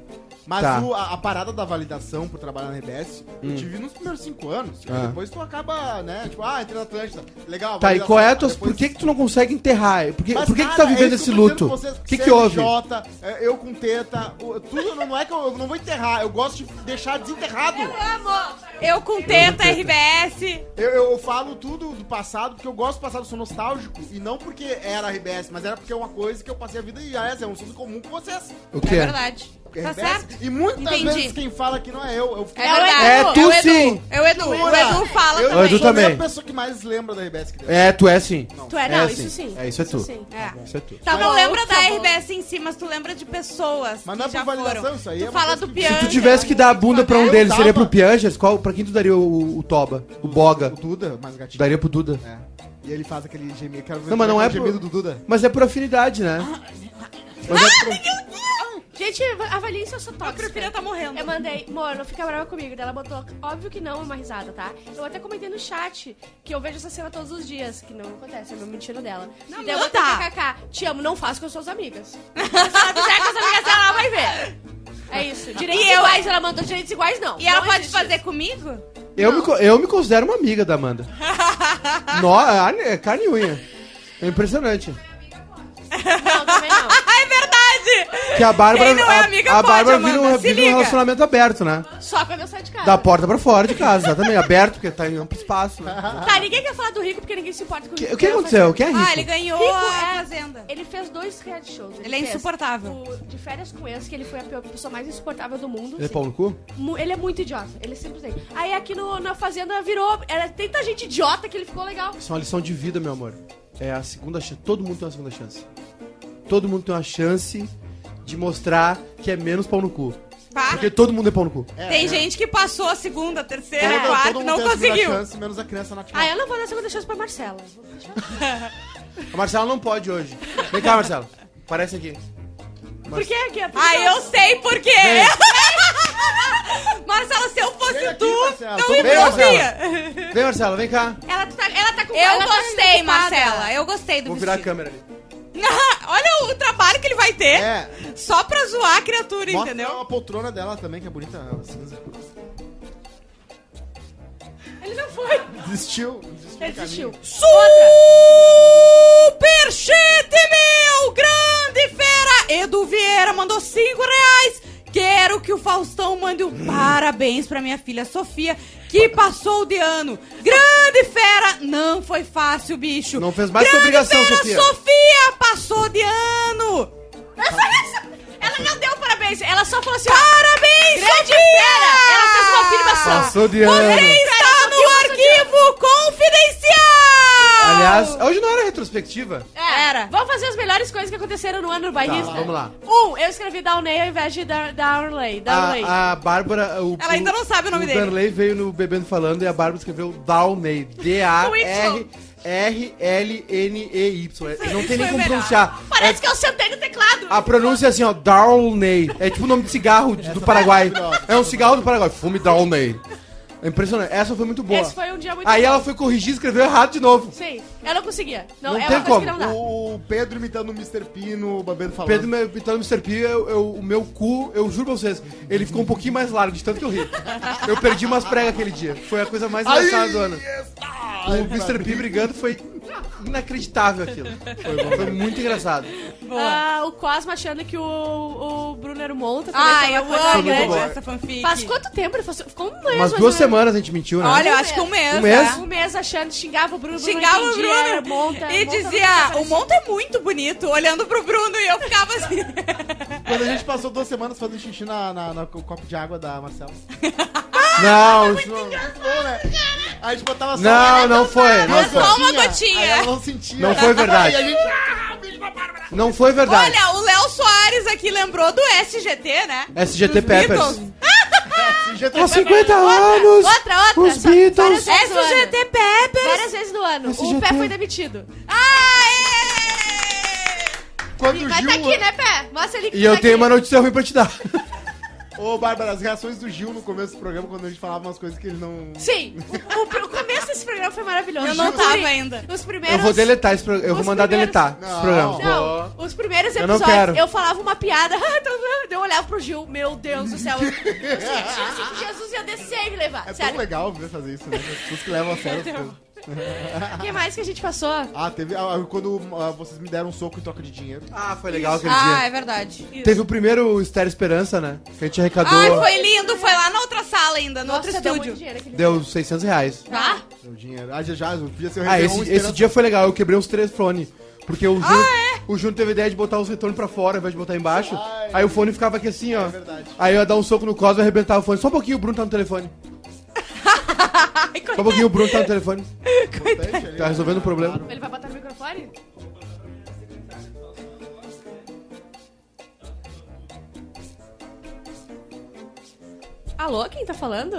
Speaker 1: Mas
Speaker 2: Tá. Hum.
Speaker 1: o- a, a parada da validação por trabalhar na RBS, eu tive nos primeiros cinco anos.
Speaker 2: Ah.
Speaker 1: Depois tu acaba, né? Tipo, ah, entrei na Atlântida. Legal.
Speaker 2: Tá, e
Speaker 1: validação.
Speaker 2: qual é a tua...
Speaker 1: Aí
Speaker 2: Por
Speaker 1: depois-
Speaker 2: que que tu não consegue enterrar? Por que,
Speaker 1: Mas,
Speaker 2: por que que tu tá
Speaker 1: cara, é
Speaker 2: vivendo esse
Speaker 1: isso eu tô dizendo
Speaker 2: luto?
Speaker 1: pra vocês,
Speaker 2: O que que
Speaker 1: CLJ,
Speaker 2: houve?
Speaker 1: é, Eu com teta, o- tudo não é que eu, eu não vou enterrar, eu gosto de deixar desenterrado.
Speaker 3: Eu amo.
Speaker 4: Eu com teta, RBS.
Speaker 1: Eu, eu falo tudo do passado porque eu gosto do passado, sou nostálgico. E não porque era RBS, mas era porque é uma coisa que eu passei a vida e aliás, é um assunto comum com vocês.
Speaker 2: O
Speaker 4: É
Speaker 2: quê?
Speaker 4: verdade. Tá
Speaker 1: RBS.
Speaker 4: certo?
Speaker 1: E muitas
Speaker 4: Entendi.
Speaker 1: vezes quem fala que não é eu, eu fico.
Speaker 4: É
Speaker 1: "Ah,
Speaker 4: verdade.
Speaker 2: É tu
Speaker 4: o Edu.
Speaker 2: sim.
Speaker 4: É o Edu. O
Speaker 1: Jura?
Speaker 4: Edu fala
Speaker 1: eu,
Speaker 2: O Edu tá-
Speaker 1: sou a
Speaker 2: também.
Speaker 1: mesma pessoa que mais lembra da RBS que deu.
Speaker 2: É, tu é sim.
Speaker 3: Tu é,
Speaker 2: É
Speaker 3: não,
Speaker 2: assim.
Speaker 3: isso sim.
Speaker 2: É, isso é tu.
Speaker 3: sim.
Speaker 4: É.
Speaker 2: Isso é tu.
Speaker 4: Tá,
Speaker 3: Mas-
Speaker 4: não lembra
Speaker 3: Tá
Speaker 4: da
Speaker 3: bom.
Speaker 4: RBS em si, mas tu lembra de pessoas
Speaker 1: Mas
Speaker 4: que
Speaker 1: não é
Speaker 4: já
Speaker 1: por validação,
Speaker 4: foram.
Speaker 1: isso aí é
Speaker 4: Tu
Speaker 1: uma
Speaker 4: fala
Speaker 1: coisa
Speaker 4: do
Speaker 1: que-
Speaker 4: Piangers.
Speaker 2: Se tu tivesse que dar a bunda pra um deles,
Speaker 1: Eu
Speaker 2: seria
Speaker 1: tava.
Speaker 2: pro Piangers? Qual, pra quem tu daria o, o Toba? O Boga?
Speaker 1: O Duda, mais
Speaker 2: Tu
Speaker 1: gatinho.
Speaker 2: daria pro Duda.
Speaker 1: É. E ele faz aquele gemido. Quero ver
Speaker 2: Não, mas não é
Speaker 1: o gemido
Speaker 2: pro-
Speaker 1: do Duda.
Speaker 2: Mas é por afinidade, né? Mas é por-
Speaker 3: Gente, avaliem se eu sou
Speaker 4: Eu
Speaker 3: tóxica.
Speaker 4: preferia tá morrendo.
Speaker 3: Eu mandei, amor, não fica brava comigo. Daí Ela botou, óbvio que não, é uma risada, tá? Eu até comentei no chat que eu vejo essa cena todos os dias, que não acontece, é meu mentira dela.
Speaker 4: Não, tá.
Speaker 3: e daí eu
Speaker 4: manda!
Speaker 3: botei kkk, te amo, não faço com as suas amigas. Se ela fizer com as amigas dela, ela vai ver. É isso. Direitos
Speaker 4: E eu-
Speaker 3: iguais, ela mandou direitos iguais, não.
Speaker 4: E ela
Speaker 3: Não
Speaker 4: pode
Speaker 3: existe
Speaker 4: fazer
Speaker 3: isso.
Speaker 4: comigo?
Speaker 2: Eu, me, co- eu me considero uma amiga da Amanda. no, ah, né, carne e unha. É impressionante.
Speaker 3: Não, também não.
Speaker 4: *laughs* Ah, é verdade!
Speaker 2: Que a Bárbara.
Speaker 4: Quem não é
Speaker 2: a-
Speaker 4: amiga
Speaker 2: a,
Speaker 4: pode,
Speaker 2: Bárbara
Speaker 4: Amanda,
Speaker 2: vira um,
Speaker 4: se
Speaker 2: vive um
Speaker 4: liga.
Speaker 2: relacionamento aberto, né?
Speaker 3: Só quando eu saio de casa.
Speaker 2: Da porta pra fora de casa,
Speaker 4: *laughs*
Speaker 2: exatamente. aberto, porque tá em amplo espaço. né?
Speaker 3: Tá, ninguém quer falar do rico porque ninguém se importa com
Speaker 2: Que-
Speaker 3: isso.
Speaker 2: o que
Speaker 3: Eu
Speaker 2: aconteceu?
Speaker 3: faço-
Speaker 2: Quem é
Speaker 4: Ah, ele
Speaker 2: rico?
Speaker 4: ganhou
Speaker 3: Rico
Speaker 4: a
Speaker 3: é-
Speaker 4: fazenda.
Speaker 3: Ele fez dois reality shows.
Speaker 4: Ele é
Speaker 3: fez
Speaker 4: insuportável.
Speaker 3: o de férias com eles, que ele foi a pior- pessoa mais insuportável do mundo.
Speaker 2: Ele é pau no cu?
Speaker 3: Mu- Ele é muito idiota, ele sempre tem. Aí aqui no, na fazenda virou. Era tanta gente idiota que ele ficou legal.
Speaker 2: Isso é uma lição de vida, meu amor. É a segunda chance. Todo mundo tem uma segunda chance. Todo mundo tem uma chance de mostrar que é menos pau no cu.
Speaker 4: Pá.
Speaker 2: Porque todo mundo é pau no cu.
Speaker 1: É,
Speaker 4: Tem
Speaker 1: é.
Speaker 4: gente que passou a segunda, a
Speaker 3: É,
Speaker 4: terceira, a
Speaker 1: Todo-
Speaker 4: quarta,
Speaker 1: todo mundo
Speaker 4: não
Speaker 1: tem a segunda
Speaker 4: conseguiu.
Speaker 1: Chance, menos a criança na
Speaker 3: Ah, eu não vou dar segunda chance pra Marcela. Vou deixar-
Speaker 2: A Marcela não pode hoje. Vem cá, Marcela. Aparece aqui.
Speaker 3: Por que aqui? Por
Speaker 4: Ah,
Speaker 3: que
Speaker 4: eu sei por quê. *laughs* Marcela, se eu fosse
Speaker 1: Vem aqui,
Speaker 4: tu,
Speaker 1: Marcela.
Speaker 4: não
Speaker 1: Tô
Speaker 4: me
Speaker 2: bem,
Speaker 4: confia.
Speaker 2: Vem, Marcela, vem cá.
Speaker 3: Ela tá, ela tá com
Speaker 4: Eu
Speaker 3: ela tá
Speaker 4: gostei,
Speaker 3: ocupada.
Speaker 4: Marcela. Eu gostei do
Speaker 2: Vou virar a
Speaker 4: vestido.
Speaker 2: câmera ali.
Speaker 4: *laughs* Olha o trabalho que ele vai ter
Speaker 1: É.
Speaker 4: só pra zoar a criatura,
Speaker 1: Mostra
Speaker 4: entendeu?
Speaker 1: a poltrona dela também, que é bonita. ela cinza.
Speaker 3: Ele não foi.
Speaker 1: Desistiu. Desistiu.
Speaker 3: Ele
Speaker 1: do caminho.
Speaker 3: desistiu.
Speaker 4: Super Chete, meu! Grande fera! Edu Vieira mandou 5 reais. Quero que o Faustão mande um parabéns pra minha filha Sofia, que passou de ano. Grande fera! Não foi fácil, bicho.
Speaker 2: Não fez mais que
Speaker 4: Grande
Speaker 2: obrigação,
Speaker 4: fera,
Speaker 2: Sofia.
Speaker 4: Sofia passou de ano!
Speaker 3: Ela não deu parabéns, ela só falou assim: ó,
Speaker 4: Parabéns,
Speaker 3: Grande
Speaker 4: Sofia!
Speaker 3: fera! Ela fez uma afirmação.
Speaker 2: Passou de
Speaker 4: Você
Speaker 2: ano.
Speaker 4: está no arquivo confidencial!
Speaker 2: Aliás, hoje não era retrospectiva.
Speaker 3: É,
Speaker 4: Era.
Speaker 3: Vamos fazer as melhores coisas que aconteceram no ano bairrista.
Speaker 2: Tá, vamos lá.
Speaker 3: Um, eu escrevi Downey ao invés de um Dar- Downley. Downley.
Speaker 2: A, a Bárbara. O,
Speaker 4: um Ela ainda não sabe o nome dele.
Speaker 2: Darley veio no Bebendo Falando e a Bárbara escreveu Downey. D-A-R-R-L-N-E-Y. Não tem
Speaker 4: foi
Speaker 2: nem como
Speaker 4: é melhor.
Speaker 2: pronunciar. É
Speaker 3: Parece que eu sentei no teclado.
Speaker 2: A pronúncia é assim, ó, Downey. É tipo o nome de cigarro de- do Paraguai. É um cigarro do Paraguai. Fume Downey. É impressionante. Essa foi muito boa.
Speaker 3: Esse foi um dia muito
Speaker 2: Aí
Speaker 3: bom.
Speaker 2: ela foi corrigir e escreveu errado de novo.
Speaker 3: Sim, eu não conseguia. Não,
Speaker 2: Não
Speaker 3: é
Speaker 2: tem
Speaker 3: uma coisa que
Speaker 2: como.
Speaker 3: não dá.
Speaker 1: O Pedro imitando o Mr. Pino, o Babedo falando.
Speaker 2: Pedro me- imitando o Mr. P, eu, eu- o meu cu, eu juro pra vocês, ele ficou um pouquinho mais largo de tanto que eu ri. Eu perdi umas pregas aquele dia. Foi a coisa mais
Speaker 1: Aí
Speaker 2: engraçada do ano.
Speaker 1: está!
Speaker 2: O Mr. P brigando foi inacreditável aquilo. Foi, foi muito engraçado.
Speaker 3: Ah, o Cosmo achando que o, o Bruno era um monta. também
Speaker 4: Ah,
Speaker 3: foi uma
Speaker 4: eu
Speaker 3: coisa
Speaker 4: amo
Speaker 3: grande.
Speaker 2: boa.
Speaker 4: essa fanfic.
Speaker 3: Faz quanto tempo? Ele passou- ficou um mês.
Speaker 2: Umas
Speaker 3: mais
Speaker 2: duas
Speaker 3: ou
Speaker 2: semanas a gente mentiu, né?
Speaker 4: Olha, eu acho que um mês.
Speaker 2: Um mês?
Speaker 4: tá?
Speaker 3: menos. Um mês achando, xingava o Bruno.
Speaker 4: Xingava
Speaker 3: não
Speaker 4: o
Speaker 3: entendia, era
Speaker 4: Bruno
Speaker 3: monta, monta,
Speaker 4: e dizia:
Speaker 3: monta,
Speaker 4: O Monta é muito bonito, olhando pro Bruno, e eu ficava assim.
Speaker 2: *laughs*
Speaker 1: Quando a gente passou duas semanas fazendo xixi na, na- na- no copo de água da
Speaker 3: *laughs*
Speaker 1: Marcela.
Speaker 2: Não, isso não,
Speaker 1: né? A gente botava só...
Speaker 2: não, não foi, não foi.
Speaker 4: Só uma gotinha.
Speaker 1: Aí ela não sentia.
Speaker 2: Não foi verdade.
Speaker 1: Aí a gente... *laughs*
Speaker 2: Não foi verdade.
Speaker 4: Olha, o Léo Soares aqui lembrou do SGT, né?
Speaker 2: SGT
Speaker 4: Dos
Speaker 2: Peppers.
Speaker 4: Beatles.
Speaker 3: Ah,
Speaker 1: Esse jeito
Speaker 2: Há
Speaker 1: é
Speaker 2: 50 anos!
Speaker 3: Outra, outra.
Speaker 2: Os
Speaker 3: só-
Speaker 2: Beatles.
Speaker 3: Várias vezes, no ano.
Speaker 4: SGT Peppers!
Speaker 3: várias vezes no ano.
Speaker 2: SGT.
Speaker 3: O Pé foi demitido.
Speaker 4: Aê!
Speaker 1: Quando o
Speaker 3: Vai tá
Speaker 1: Gil...
Speaker 4: um-
Speaker 3: aqui, né, Pé? Mostra ali que
Speaker 2: E
Speaker 3: tá
Speaker 2: eu tenho
Speaker 3: aqui.
Speaker 2: uma notícia ruim pra te dar.
Speaker 1: Ô, Bárbara, as reações do Gil no começo do programa, quando a gente falava umas coisas que ele não...
Speaker 3: Sim, o, o- o começo desse programa foi maravilhoso.
Speaker 4: Eu não
Speaker 3: Os
Speaker 4: tava
Speaker 3: pri-
Speaker 4: ainda.
Speaker 3: Os primeiros...
Speaker 2: Eu vou deletar esse programa. Eu vou
Speaker 3: Os
Speaker 2: mandar
Speaker 3: primeiros-
Speaker 2: deletar esse
Speaker 1: Não.
Speaker 2: programa.
Speaker 3: Não, os primeiros
Speaker 2: Eu não
Speaker 3: episódios
Speaker 2: quero.
Speaker 3: eu, falava uma piada, *laughs* então, eu olhava pro Gil, meu Deus do céu. Eu senti que Jesus ia descer e me levar.
Speaker 1: É tão
Speaker 3: Sério,
Speaker 1: legal ver fazer isso, né? As pessoas que levam a *laughs* sério as coisas.
Speaker 3: o que mais que a gente passou?
Speaker 1: Ah, teve... ah, quando ah, vocês me deram um soco em troca de dinheiro.
Speaker 2: Ah, foi legal aquele
Speaker 4: Ah,
Speaker 2: dia.
Speaker 4: é verdade.
Speaker 2: Teve o primeiro Estéreo Esperança, né? Que a gente arrecadou.
Speaker 4: Ai, foi lindo, foi lá na outra sala ainda, no outro
Speaker 3: Nossa, deu muito
Speaker 4: estúdio.
Speaker 3: dinheiro aquele
Speaker 2: Deu 600 reais.
Speaker 4: Tá?
Speaker 1: Meu dinheiro. Ah, já, já, podia ser um o
Speaker 2: Ah,
Speaker 1: Réveillon
Speaker 2: esse,
Speaker 1: esperando-
Speaker 2: esse dia foi legal, eu quebrei os três fones. Porque
Speaker 1: Ah,
Speaker 2: o Júnior, o Júnior teve a ideia de botar os retornos pra fora, ao invés de botar embaixo.
Speaker 1: é? Ai.
Speaker 2: aí o fone ficava aqui assim, ó.
Speaker 1: É verdade.
Speaker 2: aí eu ia dar um soco no Cosmo e arrebentava o fone. Só um pouquinho, o Bruno tá no
Speaker 1: *laughs*
Speaker 2: telefone.
Speaker 4: Ai,
Speaker 2: Só um pouquinho, o Bruno tá no telefone.
Speaker 1: importante ali,
Speaker 2: Tá resolvendo o problema.
Speaker 3: Ele vai botar no microfone? Alô, quem tá falando?